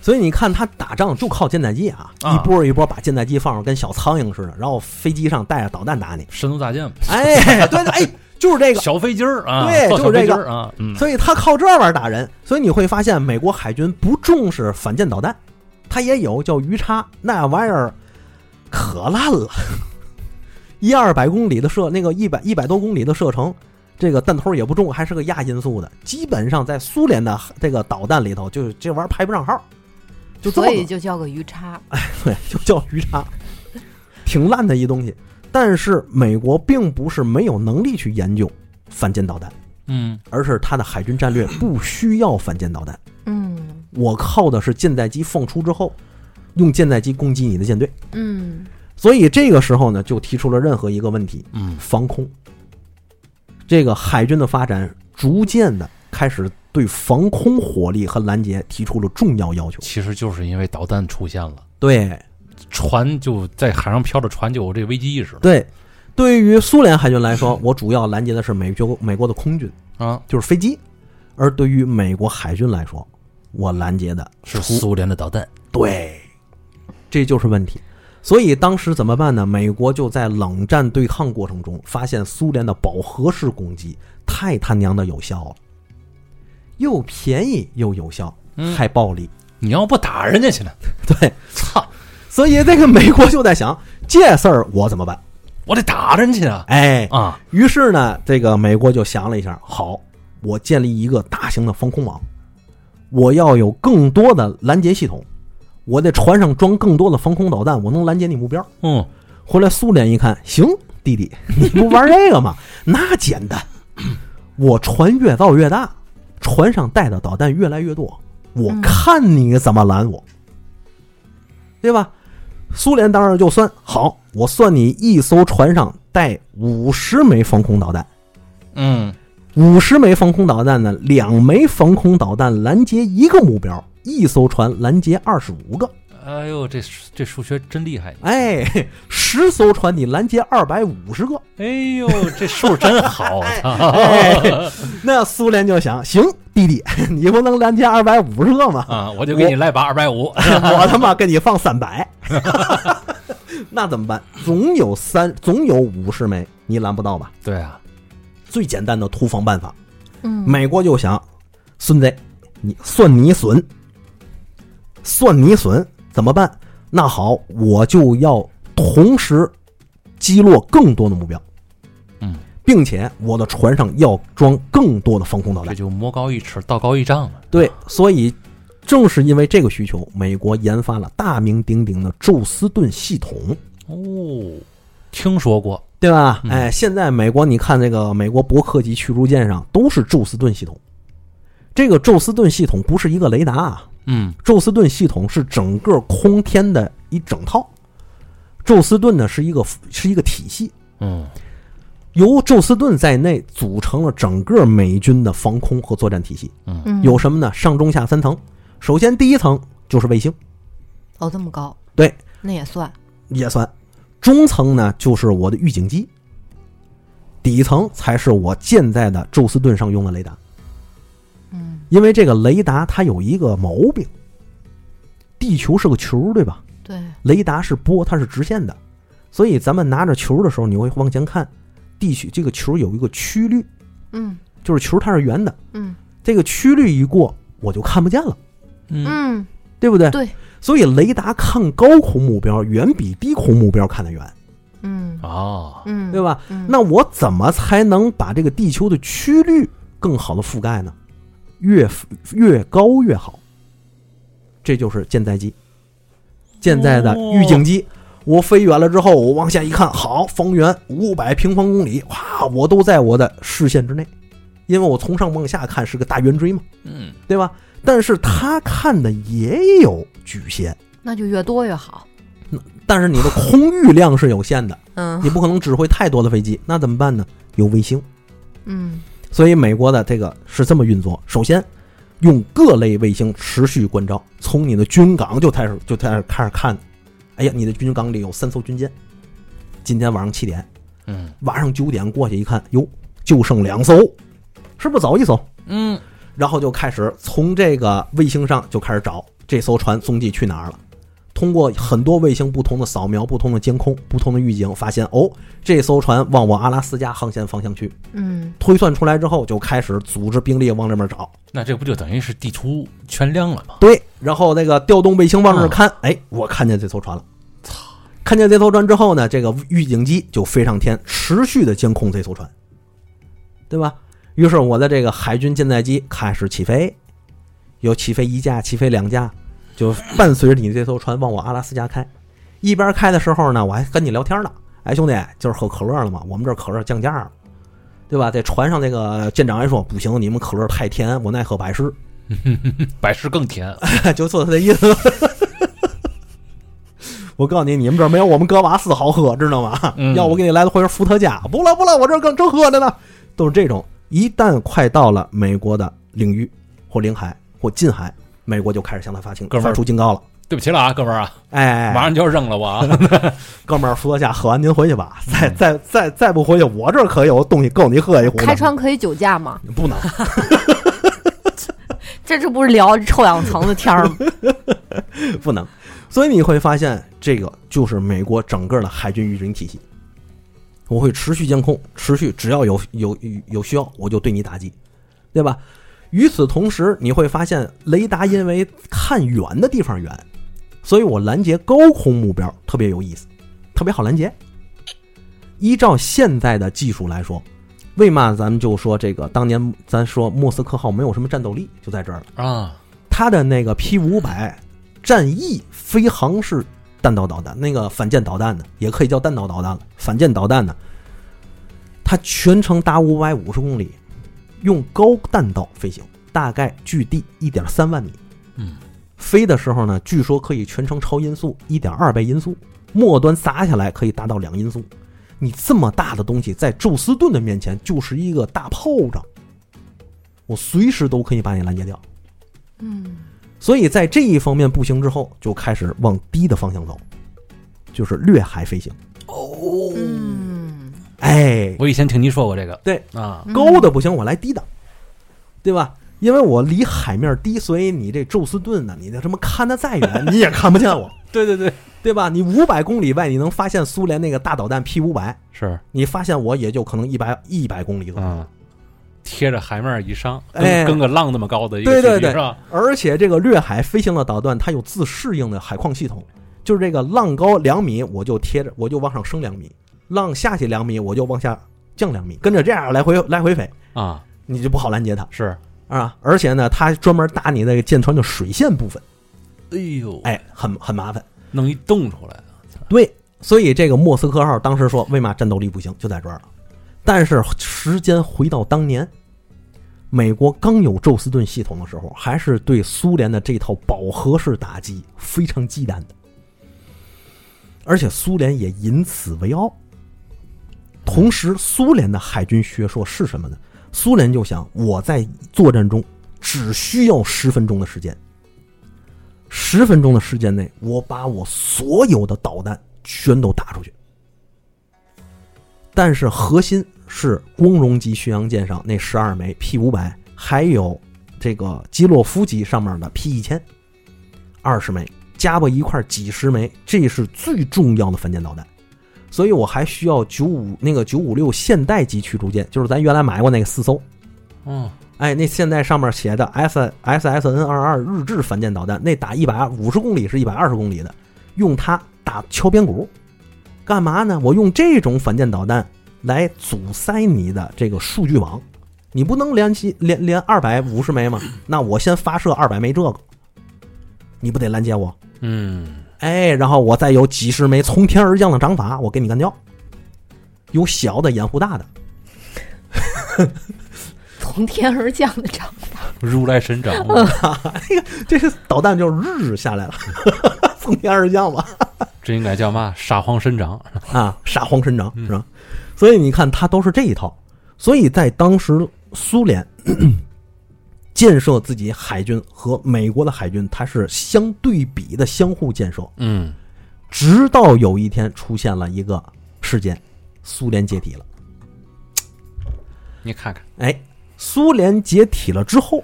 [SPEAKER 2] 所以你看它打仗就靠舰载机啊，
[SPEAKER 1] 啊
[SPEAKER 2] 一波一波把舰载机放上，跟小苍蝇似的，然后飞机上带着导弹打你。
[SPEAKER 1] 深度大舰嘛，
[SPEAKER 2] 哎，对对，哎，就是这个。
[SPEAKER 1] 小飞机儿啊，
[SPEAKER 2] 对
[SPEAKER 1] 造小
[SPEAKER 2] 就
[SPEAKER 1] 飞
[SPEAKER 2] 是这
[SPEAKER 1] 机
[SPEAKER 2] 个
[SPEAKER 1] 儿啊，嗯，
[SPEAKER 2] 所以他靠这玩意儿打人，所以你会发现美国海军不重视反舰导弹，它也有叫鱼叉那玩意儿，可烂了， 一二百公里的射那个一百一百多公里的射程，这个弹头也不重，还是个亚音速的，基本上在苏联的这个导弹里头，就是这玩意儿排不上号，就这么
[SPEAKER 3] 所
[SPEAKER 2] 个
[SPEAKER 3] 以就叫个鱼叉。
[SPEAKER 2] 对，就叫鱼叉，挺烂的一东西。但是美国并不是没有能力去研究反舰导弹。
[SPEAKER 1] 嗯
[SPEAKER 2] 而是它的海军战略不需要反舰导弹，
[SPEAKER 3] 嗯
[SPEAKER 2] 我靠的是舰载机放出之后，用舰载机攻击你的舰队。
[SPEAKER 3] 嗯，
[SPEAKER 2] 所以这个时候呢，就提出了任何一个问题：
[SPEAKER 1] 嗯
[SPEAKER 2] 防空。这个海军的发展逐渐的开始对防空火力和拦截提出了重要要求。
[SPEAKER 1] 其实就是因为导弹出现了，
[SPEAKER 2] 对
[SPEAKER 1] 船就在海上漂着船就有这危机意识了
[SPEAKER 2] 对，对于苏联海军来说，我主要拦截的是美国美国的空军，
[SPEAKER 1] 啊，
[SPEAKER 2] 就是飞机；而对于美国海军来说，我拦截的
[SPEAKER 1] 是苏联的导弹，
[SPEAKER 2] 对，这就是问题。所以当时怎么办呢？美国就在冷战对抗过程中发现苏联的饱和式攻击太他娘的有效了，又便宜又有效，
[SPEAKER 1] 嗯
[SPEAKER 2] 害暴力。
[SPEAKER 1] 你要不打人家去呢？
[SPEAKER 2] 对，
[SPEAKER 1] 操，
[SPEAKER 2] 所以这个美国就在想这事儿我怎么办？
[SPEAKER 1] 我得打人去啊！
[SPEAKER 2] 哎，
[SPEAKER 1] 啊，
[SPEAKER 2] 于是呢，这个美国就想了一下，好，我建立一个大型的防空网，我要有更多的拦截系统，我在船上装更多的防空导弹，我能拦截你目标。
[SPEAKER 1] 嗯，
[SPEAKER 2] 后来苏联一看，行，弟弟，你不玩这个吗？那简单，我船越造越大，船上带的导弹越来越多，我
[SPEAKER 3] 嗯
[SPEAKER 2] 看你怎么拦我，对吧？苏联当然就算好，我算你一艘船上带五十枚防空导弹，
[SPEAKER 1] 嗯，
[SPEAKER 2] 五十枚防空导弹呢，两枚防空导弹拦截一个目标，一艘船拦截二十五个。
[SPEAKER 1] 哎呦，这这数学真厉害！
[SPEAKER 2] 哎，十艘船你拦截二百五十个，
[SPEAKER 1] 哎呦，这数真 好啊！
[SPEAKER 2] 哎， 那苏联就想，行，弟弟， 你不能拦截二百五十 个吗？
[SPEAKER 1] 啊，我就给你来把二百五。
[SPEAKER 2] 我他妈给你放三百， 那怎么办？总有三，总有五十枚，你拦不到吧？
[SPEAKER 1] 对啊，
[SPEAKER 2] 最简单的突防办法，
[SPEAKER 3] 嗯，
[SPEAKER 2] 美国就想，孙子，你算你损，算你损，怎么办？那好，我就要同时击落更多的目标，
[SPEAKER 1] 嗯，
[SPEAKER 2] 并且我的船上要装更多的防空导弹
[SPEAKER 1] 这。就魔高一尺，道高一丈了。
[SPEAKER 2] 对，所以正是因为这个需求，美国研发了大名鼎鼎的宙斯盾系统，
[SPEAKER 1] 哦，听说过，
[SPEAKER 2] 对吧？
[SPEAKER 1] 嗯
[SPEAKER 2] 哎，现在美国你看这个美国伯克级驱逐舰上都是宙斯盾系统。这个宙斯盾系统不是一个雷达啊，
[SPEAKER 1] 嗯
[SPEAKER 2] 宙斯盾系统是整个空天的一整套。宙斯盾呢是一个是一个体系，
[SPEAKER 1] 嗯，
[SPEAKER 2] 由宙斯盾在内组成了整个美军的防空和作战体系。
[SPEAKER 3] 嗯
[SPEAKER 2] 有什么呢？上中下三层。首先第一层就是卫星，
[SPEAKER 3] 哦这么高，
[SPEAKER 2] 对，
[SPEAKER 3] 那也算，
[SPEAKER 2] 也算。中层呢，就是我的预警机；底层才是我现在的宙斯盾上用的雷达。
[SPEAKER 3] 嗯，
[SPEAKER 2] 因为这个雷达它有一个毛病，地球是个球，对吧？
[SPEAKER 3] 对，
[SPEAKER 2] 雷达是波，它是直线的，所以咱们拿着球的时候，你会往前看，地球这个球有一个曲率，
[SPEAKER 3] 嗯
[SPEAKER 2] 就是球它是圆的，
[SPEAKER 3] 嗯
[SPEAKER 2] 这个曲率一过，我就看不见了，
[SPEAKER 1] 嗯
[SPEAKER 3] 嗯，
[SPEAKER 2] 对不对？
[SPEAKER 3] 对，
[SPEAKER 2] 所以雷达看高空目标远比低空目标看得远，
[SPEAKER 3] 嗯
[SPEAKER 1] 啊，
[SPEAKER 3] 嗯，
[SPEAKER 2] 对吧？
[SPEAKER 3] 嗯？
[SPEAKER 2] 那我怎么才能把这个地球的曲率更好的覆盖呢？越越高越好。这就是舰载机，舰载的预警机。我飞远了之后，我往下一看，好，方圆五百平方公里，哇，我都在我的视线之内，因为我从上往下看是个大圆锥嘛，
[SPEAKER 1] 嗯，
[SPEAKER 2] 对吧？但是他看的也有局限，
[SPEAKER 3] 那就越多越好，
[SPEAKER 2] 但是你的空域量是有限的，
[SPEAKER 3] 嗯
[SPEAKER 2] 你不可能指挥太多的飞机，那怎么办呢？有卫星。
[SPEAKER 3] 嗯
[SPEAKER 2] 所以美国的这个是这么运作：首先，用各类卫星持续关照，从你的军港就开始就开始开始看，哎呀，你的军港里有三艘军舰，今天晚上七点，
[SPEAKER 1] 嗯
[SPEAKER 2] 晚上九点过去一看，哟，就剩两艘，是不是走一艘？
[SPEAKER 1] 嗯，
[SPEAKER 2] 然后就开始从这个卫星上就开始找这艘船踪迹去哪儿了。通过很多卫星不同的扫描、不同的监控、不同的预警，发现哦，这艘船往我阿拉斯加航线方向去。
[SPEAKER 3] 嗯
[SPEAKER 2] 推算出来之后，就开始组织兵力往这边找。
[SPEAKER 1] 那这不就等于是地图全亮了吗？
[SPEAKER 2] 对，然后那个调动卫星往这儿看，哎，我看见这艘船了。操！看见这艘船之后呢，这个预警机就飞上天，持续的监控这艘船，对吧？于是我的这个海军舰载机开始起飞，有起飞一架，起飞两架，就伴随着你这艘船往我阿拉斯加开。一边开的时候呢，我还跟你聊天呢。哎，兄弟，今儿喝可乐了吗？我们这儿可乐降价了，对吧？在船上那个舰长还说不行，你们可乐太甜，我爱喝百事。
[SPEAKER 1] 百事更 甜。
[SPEAKER 2] 就说他的意思。 我告诉你，你们这儿没有我们哥瓦斯好喝，知道吗？
[SPEAKER 1] 嗯
[SPEAKER 2] 要我给你来回伏特加，不了不了，我这儿更正喝着呢。都是这种，一旦快到了美国的领域或领海或近海，美国就开始向他发警
[SPEAKER 1] 哥们儿
[SPEAKER 2] 发出警告了。
[SPEAKER 1] 对不起了啊，哥们儿啊，
[SPEAKER 2] 哎，
[SPEAKER 1] 马上就要扔了我 啊！
[SPEAKER 2] 哥们儿，伏特加喝完您回去吧，再
[SPEAKER 1] 嗯
[SPEAKER 2] 再再再不回去，我这儿可有东西够你喝一壶的。
[SPEAKER 3] 开船可以酒驾吗？
[SPEAKER 2] 不能，
[SPEAKER 3] 这这不是聊臭氧层的天儿吗？
[SPEAKER 2] 不能。所以你会发现，这个就是美国整个的海军预警体系。我会持续监控，持续只要有有有需要，我就对你打击，对吧？与此同时，你会发现雷达因为看远的地方远，所以我拦截高空目标特别有意思，特别好拦截。依照现在的技术来说，为嘛咱们就说这个当年咱说莫斯科号没有什么战斗力，就在这儿了。
[SPEAKER 1] 啊，
[SPEAKER 2] 它的那个 P 五百战役飞航式弹道导弹，那个反舰导弹呢，也可以叫弹道导弹了，反舰导弹呢，它全程达五百五十公里，用高弹道飞行，大概距地一点三万米。
[SPEAKER 1] 嗯，
[SPEAKER 2] 飞的时候呢，据说可以全程超音速一点二倍音速，末端砸下来可以达到两音速。你这么大的东西在宙斯盾的面前就是一个大炮仗，我随时都可以把你拦截掉。
[SPEAKER 3] 嗯，
[SPEAKER 2] 所以在这一方面不行之后，就开始往低的方向走，就是掠海飞行。
[SPEAKER 1] 哦
[SPEAKER 3] 嗯，
[SPEAKER 2] 哎，
[SPEAKER 1] 我以前听你说过这个，
[SPEAKER 2] 对
[SPEAKER 1] 啊，
[SPEAKER 2] 高的不行，我来低的，对吧？因为我离海面低，所以你这宙斯盾呢，你的什么看得再远，你也看不见我，
[SPEAKER 1] 对对对，
[SPEAKER 2] 对吧？你五百公里外，你能发现苏联那个大导弹 P 五百，
[SPEAKER 1] 是
[SPEAKER 2] 你发现我也就可能一百一百公里左右。
[SPEAKER 1] 啊，贴着海面以上，
[SPEAKER 2] 哎
[SPEAKER 1] 跟跟个浪那么高的一个
[SPEAKER 2] 对
[SPEAKER 1] 距
[SPEAKER 2] 对
[SPEAKER 1] 离
[SPEAKER 2] 对
[SPEAKER 1] 是吧？
[SPEAKER 2] 而且这个掠海飞行的导弹，它有自适应的海况系统，就是这个浪高两米，我就贴着，我就往上升两米；浪下去两米，我就往下降两米，跟着这样来回来回飞，
[SPEAKER 1] 啊，
[SPEAKER 2] 你就不好拦截它
[SPEAKER 1] 是，
[SPEAKER 2] 啊！而且呢，它专门打你那个舰船的水线部分，
[SPEAKER 1] 哎呦，，
[SPEAKER 2] 哎，很很麻烦。
[SPEAKER 1] 弄一洞出来，
[SPEAKER 2] 对，所以这个莫斯科号当时说为嘛战斗力不行，就在这儿了。但是时间回到当年，美国刚有宙斯盾系统的时候，还是对苏联的这套饱和式打击非常忌惮的，而且苏联也因此为傲。同时，苏联的海军学说是什么呢？苏联就想，我在作战中只需要十分钟的时间，十分钟的时间内，我把我所有的导弹全都打出去。但是核心是光荣级巡洋舰上那十二枚 P 五百，还有这个基洛夫级上面的 P 一千，二十枚加吧一块儿几十枚，这是最重要的反舰导弹。所以我还需要九五那个九五六现代级驱逐舰，就是咱原来买过那个四艘，
[SPEAKER 1] 嗯，
[SPEAKER 2] 哎，那现在上面写的 S S S N 二二日制反舰导弹，那打一百五十公里是一百二十公里的，用它打敲边鼓，干嘛呢？我用这种反舰导弹来阻塞你的这个数据网，你不能连起连连二百五十枚吗？那我先发射二百枚这个，你不得拦截我？
[SPEAKER 1] 嗯，
[SPEAKER 2] 哎，然后我再有几十枚从天而降的掌法，我给你干掉。有小的掩护大的，
[SPEAKER 3] 从天而降的掌，
[SPEAKER 1] 如来神 掌，
[SPEAKER 2] 这个导弹就日下来了， 从天而降嘛。
[SPEAKER 1] 这应该叫嘛？沙皇神掌，
[SPEAKER 2] 啊，沙皇神掌是吧？所以你看，它都是这一套。所以在当时苏联 建设自己海军和美国的海军，它是相对比的相互建设，
[SPEAKER 1] 嗯，
[SPEAKER 2] 直到有一天出现了一个事件，苏联解体了。
[SPEAKER 1] 你看看，
[SPEAKER 2] 哎，苏联解体了之后，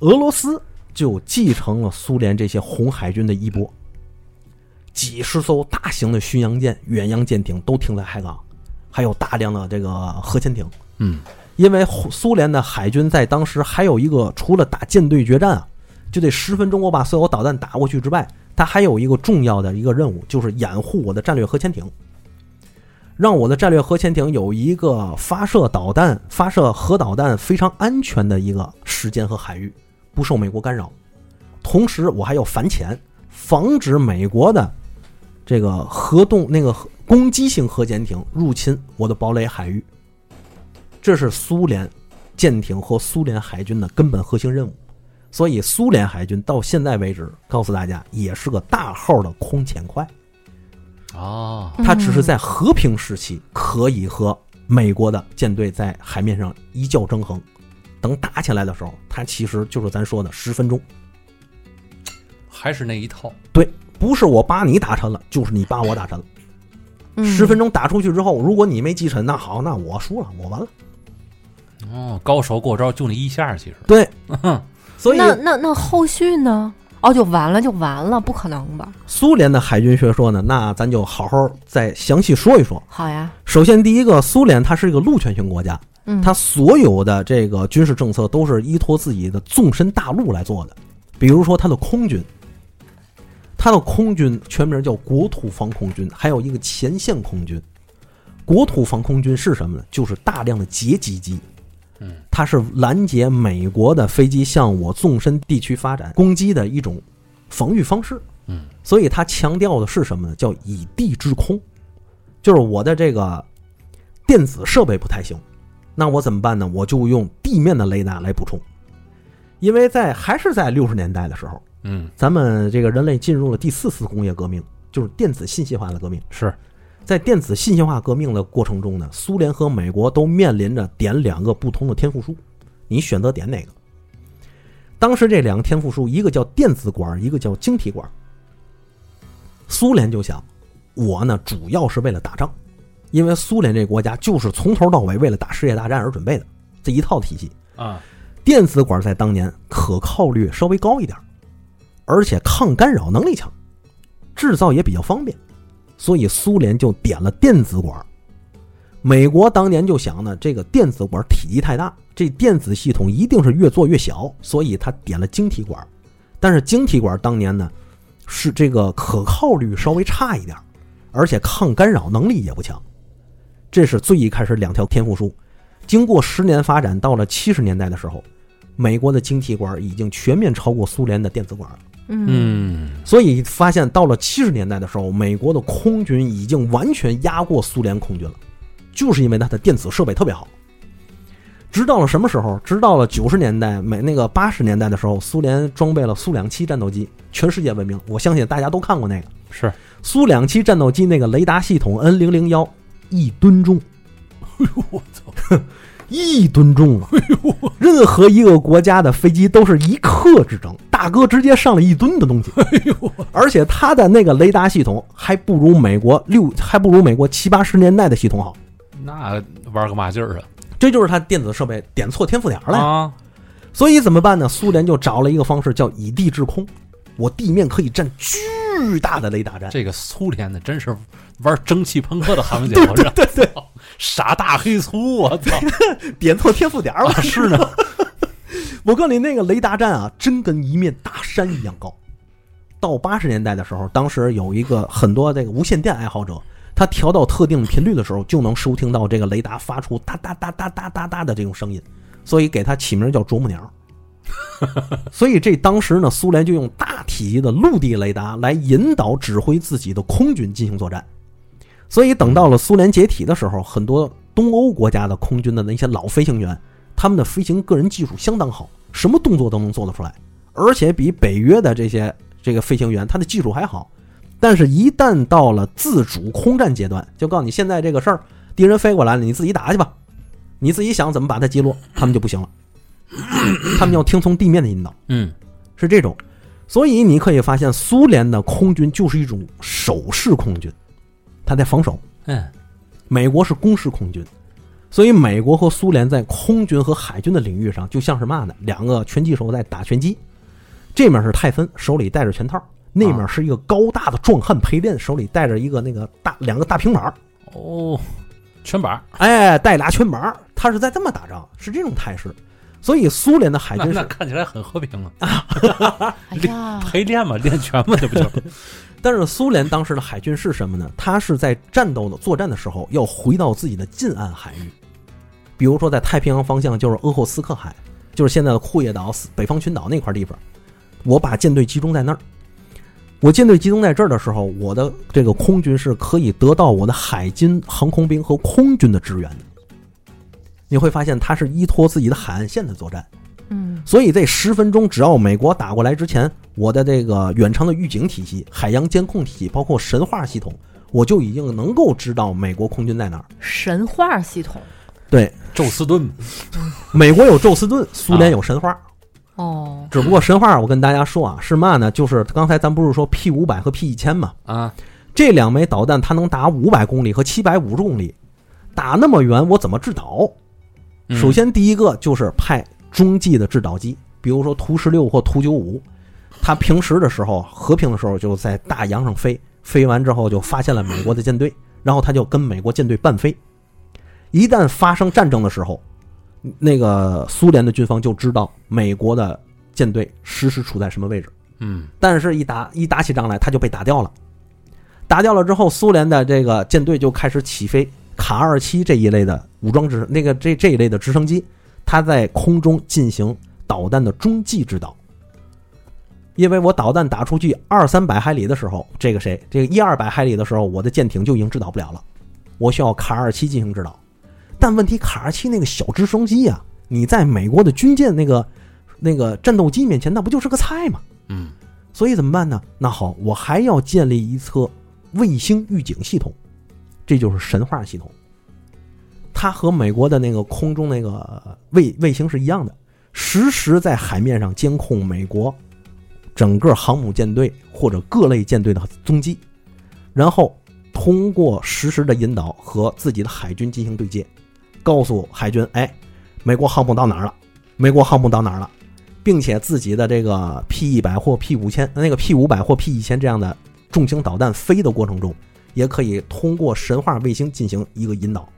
[SPEAKER 2] 俄罗斯就继承了苏联这些红海军的衣钵，几十艘大型的巡洋舰、远洋舰艇都停在海港，还有大量的这个核潜艇。
[SPEAKER 1] 嗯，
[SPEAKER 2] 因为苏联的海军在当时还有一个，除了打舰队决战啊，就得十分钟我把所有导弹打过去之外，它还有一个重要的一个任务，就是掩护我的战略核潜艇，让我的战略核潜艇有一个发射导弹、发射核导弹非常安全的一个时间和海域，不受美国干扰。同时，我还要反潜，防止美国的这个核动那个核攻击性核潜艇入侵我的堡垒海域。这是苏联舰艇和苏联海军的根本核心任务。所以，苏联海军到现在为止，告诉大家也是个大号的空潜快，
[SPEAKER 1] 哦，
[SPEAKER 2] 它只是在和平时期可以和美国的舰队在海面上一较争衡，等打起来的时候，它其实就是咱说的十分钟，
[SPEAKER 1] 还是那一套，
[SPEAKER 2] 对，不是我把你打沉了，就是你把我打沉了。
[SPEAKER 3] 嗯
[SPEAKER 2] 十分钟打出去之后，如果你没击沉，那好，那我输了，我完了。
[SPEAKER 1] 哦，高手过招就那一下，其实，
[SPEAKER 2] 对，
[SPEAKER 1] 哼
[SPEAKER 2] 所以
[SPEAKER 3] 那那那后续呢？哦，就完了，就完了，不可能吧？
[SPEAKER 2] 苏联的海军学说呢，那咱就好好再详细说一说。
[SPEAKER 3] 好呀，
[SPEAKER 2] 首先，第一个，苏联它是一个陆权型国家，
[SPEAKER 3] 嗯，
[SPEAKER 2] 它所有的这个军事政策都是依托自己的纵深大陆来做的。比如说它的空军，它的空军全名叫国土防空军，还有一个前线空军。国土防空军是什么呢？就是大量的截击机，
[SPEAKER 1] 嗯，
[SPEAKER 2] 它是拦截美国的飞机向我纵深地区发展攻击的一种防御方式。
[SPEAKER 1] 嗯，
[SPEAKER 2] 所以它强调的是什么呢？叫以地制空，就是我的这个电子设备不太行，那我怎么办呢？我就用地面的雷达来补充，因为在还是在六十年代的时候，
[SPEAKER 1] 嗯，
[SPEAKER 2] 咱们这个人类进入了第四次工业革命，就是电子信息化的革命。
[SPEAKER 1] 是，
[SPEAKER 2] 在电子信息化革命的过程中呢，苏联和美国都面临着点两个不同的天赋树，你选择点哪个？当时这两个天赋树，一个叫电子管，一个叫晶体管。苏联就想，我呢主要是为了打仗，因为苏联这个国家就是从头到尾为了打世界大战而准备的这一套体系。
[SPEAKER 1] 啊，
[SPEAKER 2] 电子管在当年可靠率稍微高一点儿，而且抗干扰能力强，制造也比较方便，所以苏联就点了电子管。美国当年就想呢，这个电子管体积太大，这电子系统一定是越做越小，所以他点了晶体管。但是晶体管当年呢，是这个可靠率稍微差一点儿，而且抗干扰能力也不强。这是最一开始两条天赋树。经过十年发展，到了七十年代的时候，美国的晶体管已经全面超过苏联的电子管了。
[SPEAKER 3] 嗯
[SPEAKER 1] 嗯，
[SPEAKER 2] 所以发现到了七十年代的时候，美国的空军已经完全压过苏联空军了，就是因为它的电子设备特别好。直到了什么时候？直到了九十年代，美那个八十年代的时候，苏联装备了苏两七战斗机，全世界闻名。我相信大家都看过那个
[SPEAKER 1] 是，
[SPEAKER 2] 苏两七战斗机那个雷达系统 N 零零幺，一吨重。
[SPEAKER 1] 哎我操， 哎
[SPEAKER 2] 一吨重啊！任何一个国家的飞机都是一克之争，大哥直接上了一吨的东西。而且它的那个雷达系统还不如美国六，还不如美国七八十年代的系统好。
[SPEAKER 1] 那玩个嘛劲儿
[SPEAKER 2] 这就是它电子设备点错天赋点儿
[SPEAKER 1] 啊！
[SPEAKER 2] 了呀。
[SPEAKER 1] 啊，
[SPEAKER 2] 所以怎么办呢？苏联就找了一个方式，叫以地制空。我地面可以占巨大的雷达站，
[SPEAKER 1] 这个苏联的真是玩蒸汽朋克的行家， 对对对傻大黑粗，我 操，
[SPEAKER 2] 点错天赋点儿了。
[SPEAKER 1] 啊是呢，
[SPEAKER 2] 我告诉你，那个雷达站啊，真跟一面大山一样高。到八十年代的时候，当时有一个很多这个无线电爱好者，他调到特定频率的时候，就能收听到这个雷达发出哒哒哒哒哒哒哒的这种声音，所以给它起名叫啄木鸟。所以这当时呢，苏联就用大体积的陆地雷达来引导指挥自己的空军进行作战。所以等到了苏联解体的时候，很多东欧国家的空军的那些老飞行员，他们的飞行个人技术相当好，什么动作都能做得出来，而且比北约的这些这个飞行员他的技术还好。但是，一旦到了自主空战阶段，就告诉你现在这个事儿，敌人飞过来了，你自己打去吧，你自己想怎么把它击落，他们就不行了，他们要听从地面的引导，
[SPEAKER 1] 嗯，
[SPEAKER 2] 是这种。所以你可以发现，苏联的空军就是一种守势空军，他在防守。
[SPEAKER 1] 嗯，
[SPEAKER 2] 美国是攻势空军，所以美国和苏联在空军和海军的领域上就像是嘛呢？两个拳击手在打拳击，这面是泰森手里戴着拳套，那面是一个高大的壮汉陪练，手里戴着一个那个大两个大平板儿，
[SPEAKER 1] 哦，全板儿，
[SPEAKER 2] 哎，带俩拳板儿，他是在这么打仗，是这种态势。所以苏联的海
[SPEAKER 1] 那
[SPEAKER 2] 军
[SPEAKER 1] 那
[SPEAKER 2] 是，
[SPEAKER 1] 看起来很和平啊，
[SPEAKER 3] 哎呀，
[SPEAKER 1] 陪练嘛，练拳嘛，这不就是？
[SPEAKER 2] 但是苏联当时的海军是什么呢？他是在战斗的作战的时候要回到自己的近岸海域，比如说在太平洋方向就是鄂霍次克海，就是现在的库页岛、北方群岛那块地方，我把舰队集中在那儿。我舰队集中在这儿的时候，我的这个空军是可以得到我的海军、航空兵和空军的支援的。你会发现，它是依托自己的海岸线的作战。
[SPEAKER 3] 嗯
[SPEAKER 2] 所以这十分钟，只要美国打过来之前，我的这个远程的预警体系、海洋监控体系，包括神话系统，我就已经能够知道美国空军在哪儿。
[SPEAKER 3] 神话系统
[SPEAKER 2] 对，
[SPEAKER 1] 宙斯盾
[SPEAKER 2] 美国有宙斯盾，苏联有神话。
[SPEAKER 3] 哦，
[SPEAKER 2] 只不过神话，我跟大家说啊，是嘛呢？就是刚才咱不是说 P 五百和 P 一千嘛？
[SPEAKER 1] 啊，
[SPEAKER 2] 这两枚导弹它能打五百公里和七百五十公里，打那么远，我怎么制导？
[SPEAKER 1] 嗯
[SPEAKER 2] 首先第一个就是派中继的制导机，比如说图十六或图九五，它平时的时候和平的时候就在大洋上飞，飞完之后就发现了美国的舰队，然后它就跟美国舰队伴飞。一旦发生战争的时候，那个苏联的军方就知道美国的舰队实时处在什么位置，
[SPEAKER 1] 嗯
[SPEAKER 2] 但是，一打一打起仗来，他就被打掉了。打掉了之后，苏联的这个舰队就开始起飞，卡二七这一类的武装直那个这这一类的直升机，它在空中进行导弹的中继制导。因为我导弹打出去二三百海里的时候，这个谁这个一二百海里的时候，我的舰艇就已经制导不了了，我需要卡二七进行制导。但问题，卡二七那个小直升机呀、你在美国的军舰那个那个战斗机面前，那不就是个菜吗？
[SPEAKER 1] 嗯
[SPEAKER 2] 所以怎么办呢？那好，我还要建立一侧卫星预警系统，这就是神话系统。它和美国的那个空中那个呃卫卫星是一样的，实时在海面上监控美国整个航母舰队或者各类舰队的踪迹，然后通过实时的引导和自己的海军进行对接，告诉海军，哎，美国航母到哪儿了？美国航母到哪儿了？并且自己的这个 P 一百或 P 五千、那个 P 五百或 P 一千这样的重型导弹飞的过程中，也可以通过神话卫星进行一个引导，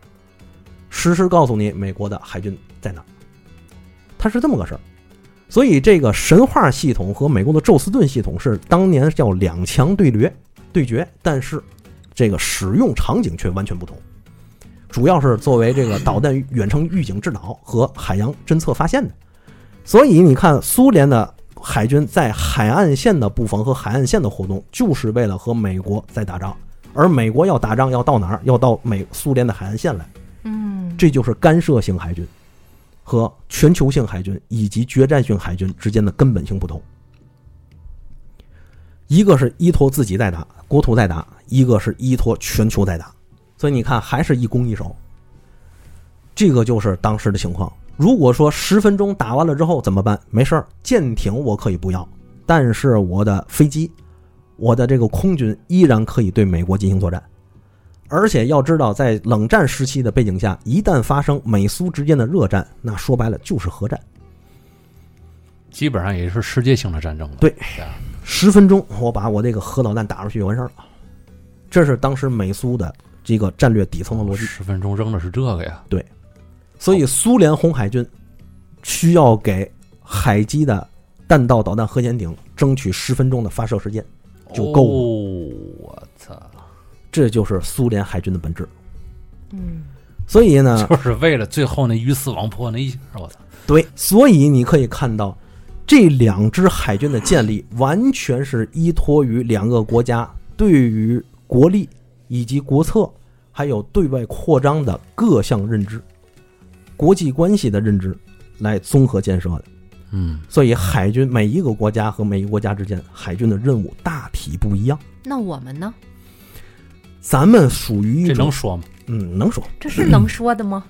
[SPEAKER 2] 实时告诉你美国的海军在哪儿。它是这么个事儿，所以这个神话系统和美国的宙斯盾系统是当年叫两强对决对决，但是这个使用场景却完全不同，主要是作为这个导弹远程预警制导和海洋侦测发现的。所以你看，苏联的海军在海岸线的布防和海岸线的活动，就是为了和美国在打仗。而美国要打仗要到哪儿？要到美苏联的海岸线来，
[SPEAKER 4] 嗯，
[SPEAKER 2] 这就是干涉性海军和全球性海军以及决战性海军之间的根本性不同。一个是依托自己在打，国土在打；一个是依托全球在打。所以你看，还是一攻一守。这个就是当时的情况。如果说十分钟打完了之后怎么办？没事儿，舰艇我可以不要，但是我的飞机，我的这个空军依然可以对美国进行作战。而且要知道，在冷战时期的背景下，一旦发生美苏之间的热战，那说白了就是核战。
[SPEAKER 1] 基本上也是世界性的战争了。
[SPEAKER 2] 对
[SPEAKER 1] 啊
[SPEAKER 2] 十分钟，我把我这个核导弹打出去就完事儿了。这是当时美苏的这个战略底层的逻辑。
[SPEAKER 1] 十分钟扔的是这个呀，
[SPEAKER 2] 所以，苏联红海军需要给海基的弹道导弹核潜艇争取十分钟的发射时间，就够了
[SPEAKER 1] 哦我操，
[SPEAKER 2] 这就是苏联海军的本质。
[SPEAKER 4] 嗯，
[SPEAKER 2] 所以呢，
[SPEAKER 1] 就是为了最后那鱼死网破那一下，我操，
[SPEAKER 2] 对，所以你可以看到，这两支海军的建立完全是依托于两个国家对于国力以及国策，还有对外扩张的各项认知、国际关系的认知来综合建设的。
[SPEAKER 1] 嗯，
[SPEAKER 2] 所以，海军每一个国家和每一个国家之间，海军的任务大体不一样。
[SPEAKER 3] 那我们呢？
[SPEAKER 2] 咱们属于一
[SPEAKER 1] 这能
[SPEAKER 2] 种，
[SPEAKER 1] 说吗？
[SPEAKER 2] 嗯，能说
[SPEAKER 4] 这是能说的吗？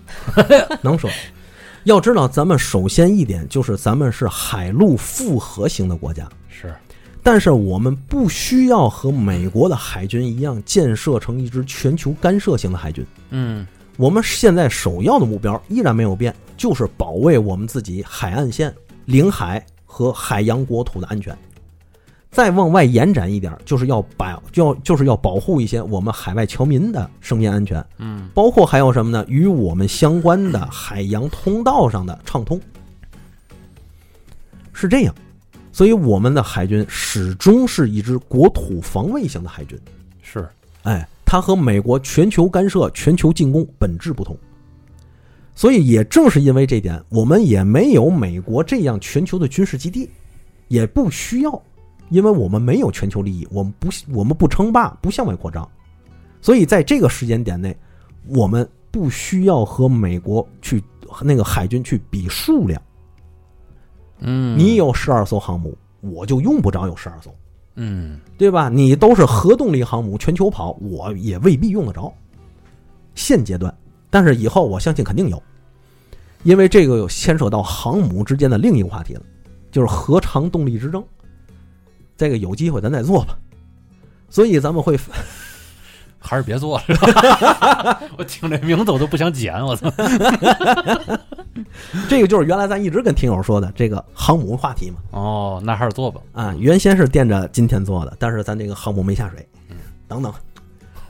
[SPEAKER 2] 能说。 要知道，咱们首先一点就是，咱们是海陆复合型的国家，
[SPEAKER 1] 是，
[SPEAKER 2] 但是我们不需要和美国的海军一样，建设成一支全球干涉型的海军。
[SPEAKER 1] 嗯
[SPEAKER 2] 我们现在首要的目标依然没有变，就是保卫我们自己海岸线、领海和海洋国土的安全。再往外延展一点，就是要保，就要就是要保护一些我们海外侨民的生命安全，
[SPEAKER 1] 嗯，
[SPEAKER 2] 包括还有什么呢？与我们相关的海洋通道上的畅通，是这样。所以我们的海军始终是一支国土防卫型的海军。
[SPEAKER 1] 是，
[SPEAKER 2] 哎，它和美国全球干涉、全球进攻本质不同。所以也正是因为这点，我们也没有美国这样全球的军事基地，也不需要，因为我们没有全球利益，我们不我们不称霸，不向外扩张，所以在这个时间点内，我们不需要和美国去那个海军去比数量。
[SPEAKER 1] 嗯
[SPEAKER 2] 你，有十二艘航母，我就用不着有十二艘。
[SPEAKER 1] 嗯
[SPEAKER 2] 对吧？你都是核动力航母全球跑，我也未必用得着。现阶段，但是以后我相信肯定有，因为这个有牵扯到航母之间的另一个话题了，就是核常动力之争。这个有机会咱再做吧。所以咱们会
[SPEAKER 1] 还是别做了， 我听这名字我都不想捡，我操，
[SPEAKER 2] 这个就是原来咱一直跟听友说的这个航母话题嘛。
[SPEAKER 1] 哦，那还是做吧，
[SPEAKER 2] 啊，原先是惦着今天做的，但是咱这个航母没下水，等等。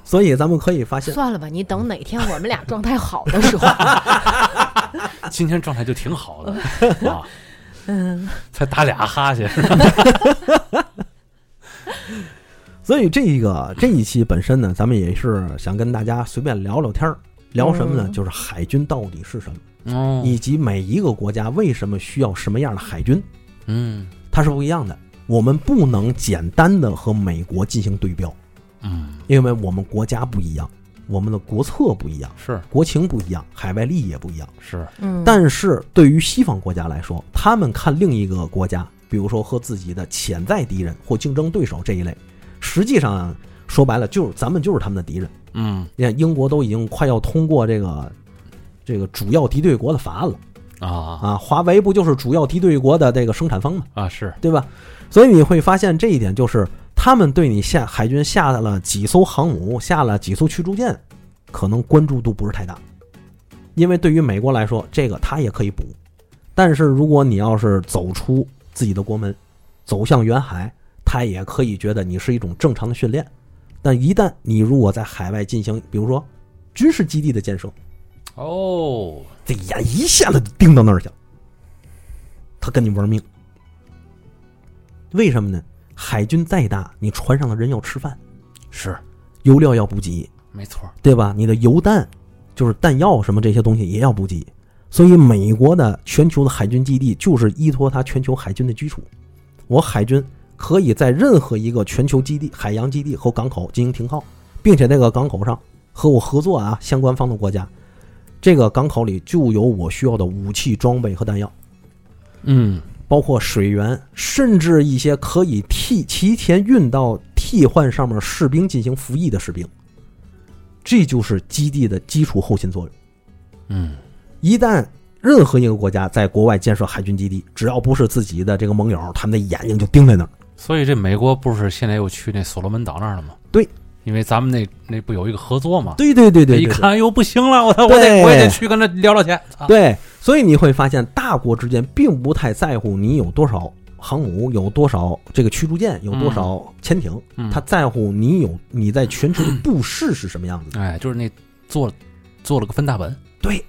[SPEAKER 2] 所以咱们可以发现，啊
[SPEAKER 3] 算了吧，你等哪天我们俩状态好的时候，
[SPEAKER 1] 今天状态就挺好的 啊，
[SPEAKER 3] 嗯，
[SPEAKER 1] 才打俩哈欠，
[SPEAKER 2] 所以这个这一期本身呢，咱们也是想跟大家随便聊聊天儿，聊什么呢？
[SPEAKER 3] 嗯
[SPEAKER 2] 就是海军到底是什么，
[SPEAKER 1] 嗯
[SPEAKER 2] 以及每一个国家为什么需要什么样的海军，
[SPEAKER 1] 嗯
[SPEAKER 2] 它是不一样的。我们不能简单的和美国进行对标，
[SPEAKER 1] 嗯，
[SPEAKER 2] 因为我们国家不一样，我们的国策不一样，
[SPEAKER 1] 是
[SPEAKER 2] 国情不一样，海外利益也不一样。
[SPEAKER 1] 是，
[SPEAKER 3] 嗯，
[SPEAKER 2] 但是对于西方国家来说，他们看另一个国家，比如说和自己的潜在敌人或竞争对手这一类，实际上啊说白了就是咱们就是他们的敌人。
[SPEAKER 1] 嗯
[SPEAKER 2] 你看，英国都已经快要通过这个这个主要敌对国的法案了
[SPEAKER 1] 啊
[SPEAKER 2] 啊，华为不就是主要敌对国的这个生产方吗？
[SPEAKER 1] 啊是，
[SPEAKER 2] 对吧？所以你会发现这一点，就是他们对你下海军下了几艘航母，下了几艘驱逐舰，可能关注度不是太大，因为对于美国来说，这个他也可以补。但是如果你要是走出自己的国门，走向远海，他也可以觉得你是一种正常的训练。但一旦你如果在海外进行，比如说军事基地的建设，
[SPEAKER 1] 哦，
[SPEAKER 2] 这眼一下子就盯到那儿去了，他跟你玩命。为什么呢？海军再大，你船上的人要吃饭，
[SPEAKER 1] 是
[SPEAKER 2] 油料要补给，
[SPEAKER 1] 没错，
[SPEAKER 2] 对吧？你的油弹，就是弹药什么这些东西也要补给。所以，美国的全球的海军基地就是依托它全球海军的基础。我海军可以在任何一个全球基地、海洋基地和港口进行停靠，并且那个港口上和我合作啊，相关方的国家，这个港口里就有我需要的武器装备和弹药，
[SPEAKER 1] 嗯
[SPEAKER 2] 包括水源，甚至一些可以替提前运到替换上面士兵进行服役的士兵。这就是基地的基础后勤作用。
[SPEAKER 1] 嗯
[SPEAKER 2] 一旦任何一个国家在国外建设海军基地，只要不是自己的这个盟友，他们的眼睛就盯在那儿。
[SPEAKER 1] 所以这美国不是现在又去那所罗门岛那儿了吗？
[SPEAKER 2] 对，
[SPEAKER 1] 因为咱们那那不有一个合作吗？
[SPEAKER 2] 对对对
[SPEAKER 1] 这
[SPEAKER 2] 对，
[SPEAKER 1] 一
[SPEAKER 2] 对
[SPEAKER 1] 看哟不行了，我操，我
[SPEAKER 2] 对
[SPEAKER 1] 得我也得去跟他聊聊去。啊，
[SPEAKER 2] 对，所以你会发现大国之间并不太在乎你有多少航母，有多少这个驱逐舰，有多少潜艇，
[SPEAKER 1] 嗯
[SPEAKER 2] 他在乎你有你在全 球的布势是什么样子的。
[SPEAKER 1] 哎，就是那做做了个分大本，
[SPEAKER 2] 对，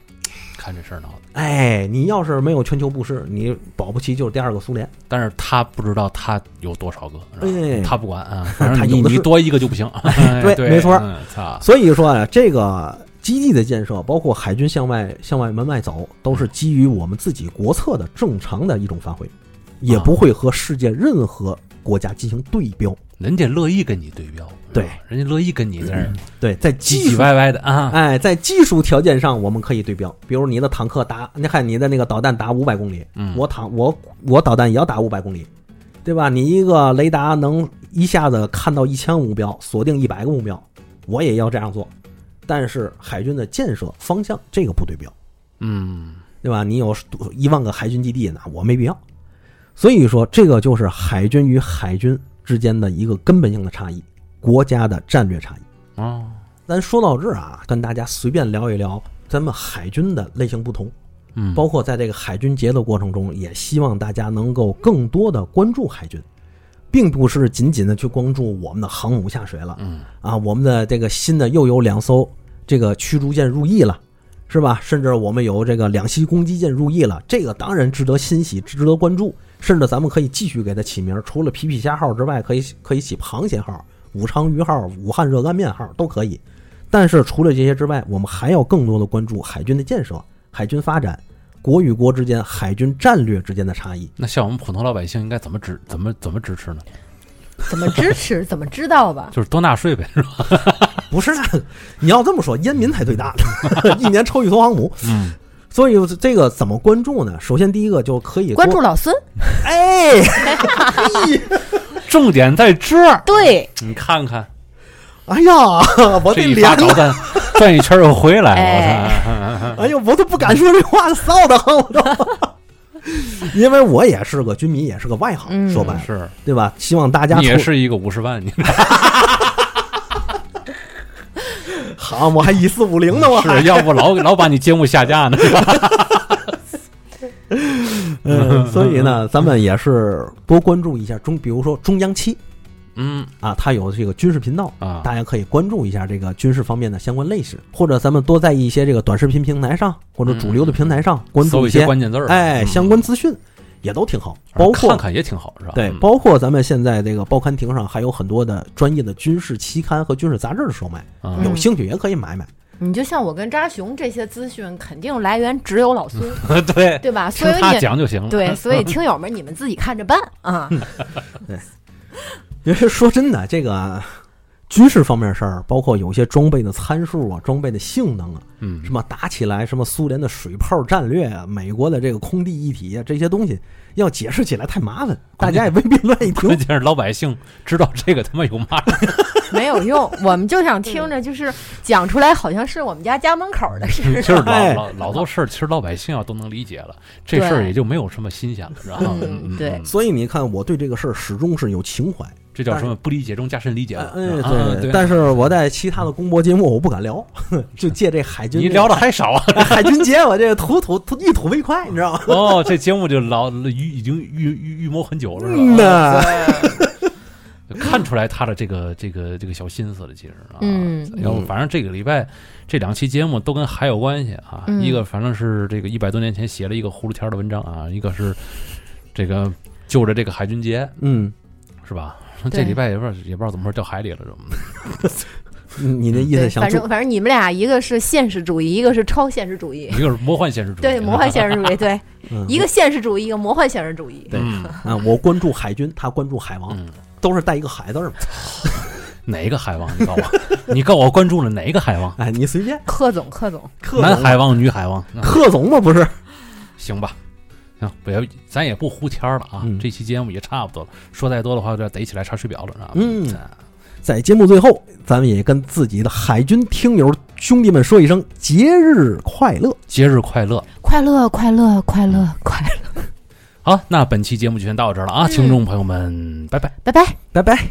[SPEAKER 1] 看这事儿闹的。
[SPEAKER 2] 哎，你要是没有全球布势，你保不齐就是第二个苏联。
[SPEAKER 1] 但是他不知道他有多少个，是吧
[SPEAKER 2] 哎
[SPEAKER 1] 他不管 啊，反
[SPEAKER 2] 他
[SPEAKER 1] 正
[SPEAKER 2] 有
[SPEAKER 1] 你
[SPEAKER 2] 的是
[SPEAKER 1] 你多一个就不 行。哎
[SPEAKER 2] 对没错
[SPEAKER 1] 嗯操，
[SPEAKER 2] 所以说啊，这个基地的建设，包括海军向外向外门外走，都是基于我们自己国策的正常的一种发挥，也不会和世界任何国家进行对标。
[SPEAKER 1] 人家乐意跟你对标，
[SPEAKER 2] 对
[SPEAKER 1] 是吧，人家乐意跟你在那儿
[SPEAKER 2] 对，在
[SPEAKER 1] 唧
[SPEAKER 2] 技
[SPEAKER 1] 唧
[SPEAKER 2] 术
[SPEAKER 1] 歪歪的啊。
[SPEAKER 2] 哎，在技术条件上我们可以对标，比如你的坦克打，你看你的那个导弹打五百公里，
[SPEAKER 1] 嗯，
[SPEAKER 2] 我坦我我导弹也要打五百公里，对吧？你一个雷达能一下子看到一千目标，锁定一百个目标，我也要这样做。但是海军的建设方向这个不对标，
[SPEAKER 1] 嗯
[SPEAKER 2] 对吧？你有一万个海军基地，那我没必要。所以说，这个就是海军与海军之间的一个根本性的差异，国家的战略差异。
[SPEAKER 1] 哦，
[SPEAKER 2] 咱说到这儿啊，跟大家随便聊一聊咱们海军的类型不同。
[SPEAKER 1] 嗯，
[SPEAKER 2] 包括在这个海军节的过程中，也希望大家能够更多的关注海军，并不是仅仅的去关注我们的航母下水了
[SPEAKER 1] 嗯
[SPEAKER 2] 啊，我们的这个新的又有两艘这个驱逐舰入役了，是吧？甚至我们有这个两栖攻击舰入役了，这个当然值得欣喜，值得关注。甚至咱们可以继续给它起名儿，除了皮皮虾号之外，可以可以起螃蟹号、武昌鱼号、武汉热干面号都可以。但是除了这些之外，我们还要更多的关注海军的建设、海军发展、国与国之间、海军战略之间的差异。
[SPEAKER 1] 那像我们普通老百姓应该怎么支怎么怎么支 持呢？
[SPEAKER 4] 怎么支持？怎么知道吧？
[SPEAKER 1] 就是多纳税呗，是吧？啊
[SPEAKER 2] 不是，啊你要这么说，烟民才 最大呢，一年抽一艘航母。
[SPEAKER 1] 嗯，
[SPEAKER 2] 所以这个怎么关注呢？首先第一个就可以
[SPEAKER 3] 关注
[SPEAKER 2] 多，
[SPEAKER 3] 老孙，
[SPEAKER 2] 哎，
[SPEAKER 1] 重点在这儿，
[SPEAKER 4] 对，
[SPEAKER 1] 你看看
[SPEAKER 2] 哎呀，我
[SPEAKER 1] 这
[SPEAKER 2] 的
[SPEAKER 1] 一
[SPEAKER 2] 脸
[SPEAKER 1] 发
[SPEAKER 2] 呐
[SPEAKER 1] 导弹转一圈又回来
[SPEAKER 4] 哎
[SPEAKER 1] 了，
[SPEAKER 2] 哎呦，我都不敢说这话，臊得慌，我都。 因为我也是个军迷，也是个外行，
[SPEAKER 4] 嗯
[SPEAKER 2] 说
[SPEAKER 1] 我
[SPEAKER 2] 白
[SPEAKER 1] 操
[SPEAKER 2] 了，
[SPEAKER 1] 是
[SPEAKER 2] 对吧？希望大家
[SPEAKER 1] 你也
[SPEAKER 2] 除
[SPEAKER 1] 是一个五十万，你
[SPEAKER 2] 好，我还一四五零呢，我还
[SPEAKER 1] 是要不老老把你节目下 架呢？
[SPEAKER 2] 嗯，所以呢，咱们也是多关注一下中，比如说中央七，
[SPEAKER 1] 嗯
[SPEAKER 2] 啊，它有这个军事频道，
[SPEAKER 1] 啊，
[SPEAKER 2] 大家可以关注一下这个军事方面的相关类型，或者咱们多在一些这个短视频平台上或者主流的平台上关
[SPEAKER 1] 搜
[SPEAKER 2] 注
[SPEAKER 1] 一
[SPEAKER 2] 些
[SPEAKER 1] 关键字儿，
[SPEAKER 2] 哎
[SPEAKER 1] 嗯
[SPEAKER 2] 相关资讯，也都挺好。
[SPEAKER 1] 反正
[SPEAKER 2] 包括
[SPEAKER 1] 看看也挺好，是吧？
[SPEAKER 2] 对，
[SPEAKER 1] 嗯
[SPEAKER 2] 包括咱们现在这个报刊亭上还有很多的专业的军事期刊和军事杂志的售卖，
[SPEAKER 1] 啊
[SPEAKER 2] 有兴趣也可以买买。
[SPEAKER 4] 你就像我跟扎熊这些资讯，肯定来源只有老孙，
[SPEAKER 1] 对，
[SPEAKER 4] 对吧？所
[SPEAKER 1] 嗯听
[SPEAKER 4] 以
[SPEAKER 1] 他
[SPEAKER 4] 你
[SPEAKER 1] 讲就行了。
[SPEAKER 4] 对，所以听友们你们自己看着办啊。
[SPEAKER 2] 因为说真的，这个军事方面的事儿，包括有一些装备的参数啊、装备的性能啊，
[SPEAKER 1] 嗯，
[SPEAKER 2] 什么打起来，什么苏联的水炮战略啊、美国的这个空地一体啊，这些东西要解释起来太麻烦，大家也未必愿意
[SPEAKER 1] 关
[SPEAKER 2] 听。
[SPEAKER 1] 键是老百姓知道这个他妈有嘛用？
[SPEAKER 4] 没有用，我们就想听着，就是讲出来，好像是我们家家门口的事
[SPEAKER 1] 其实
[SPEAKER 4] 儿。
[SPEAKER 1] 老
[SPEAKER 2] 哎
[SPEAKER 1] 老老多事儿，其实老百姓啊都能理解了，这
[SPEAKER 4] 对
[SPEAKER 1] 事儿也就没有什么新鲜了，知道吗？
[SPEAKER 4] 嗯
[SPEAKER 1] 嗯
[SPEAKER 4] 对，
[SPEAKER 1] 嗯
[SPEAKER 2] 所以你看，我对这个事儿始终是有情怀。
[SPEAKER 1] 这叫什么？不理解中加深理解
[SPEAKER 2] 哎
[SPEAKER 1] 嘛。，
[SPEAKER 2] 哎
[SPEAKER 1] 啊
[SPEAKER 2] 对，
[SPEAKER 1] 对，
[SPEAKER 2] 但是我在其他的公播节目我不敢聊， 就借这海军
[SPEAKER 1] 你
[SPEAKER 2] 这个
[SPEAKER 1] 聊的还少啊！
[SPEAKER 2] 哎 海军节，我这个吐吐吐一吐为快，你知道吗？
[SPEAKER 1] 哦，这节目就老预已经预预预谋很久了，是吧？
[SPEAKER 2] 呐，
[SPEAKER 1] 就看出来他的这个这个这个小心思了，其实啊，
[SPEAKER 4] 嗯
[SPEAKER 1] 然后反正这个礼拜这两期节目都跟海有关系啊，
[SPEAKER 4] 嗯
[SPEAKER 1] 一个反正是这个一百多年前写了一个葫芦天儿的文章啊，一个是这个就着这个海军节
[SPEAKER 2] 嗯，
[SPEAKER 1] 是吧？
[SPEAKER 4] 对
[SPEAKER 1] 这礼拜也不知道也不知道怎么说掉海里了，怎么的？
[SPEAKER 2] 嗯你那意
[SPEAKER 4] 对，
[SPEAKER 2] 思想
[SPEAKER 4] 反
[SPEAKER 2] 做
[SPEAKER 4] 正反正你们俩一个是现实主义，一个是超现实主义。
[SPEAKER 1] 一个是魔幻现实主义，
[SPEAKER 4] 对，魔幻现实主义，对，
[SPEAKER 2] 嗯
[SPEAKER 4] 一个现实主义，一个魔幻现实主义。
[SPEAKER 2] 对
[SPEAKER 1] 嗯
[SPEAKER 2] 啊？我关注海军，他关注海王，
[SPEAKER 1] 嗯，
[SPEAKER 2] 都是带一个“海”字儿嘛。
[SPEAKER 1] 哪一个海王？你告诉我，你告诉我关注了哪一个海 王？
[SPEAKER 2] 哎，你随便，
[SPEAKER 4] 柯总，柯总，
[SPEAKER 2] 克
[SPEAKER 1] 男
[SPEAKER 2] 总
[SPEAKER 1] 海王、女海王？嗯
[SPEAKER 2] 克总嘛不是？
[SPEAKER 1] 行吧，行，不要，咱也不胡天儿了啊，
[SPEAKER 2] 嗯
[SPEAKER 1] 这期节目也差不多了，说再多的话就要逮起来查水表了，是吧？
[SPEAKER 2] 嗯
[SPEAKER 1] 啊
[SPEAKER 2] 在节目最后，咱们也跟自己的海军听友兄弟们说一声节日快乐。
[SPEAKER 1] 节日快乐！
[SPEAKER 3] 快乐，快乐，快乐，快乐，
[SPEAKER 4] 嗯
[SPEAKER 1] 好，那本期节目就先到这儿了啊，听众朋友们，拜拜。
[SPEAKER 3] 拜拜。
[SPEAKER 2] 拜拜。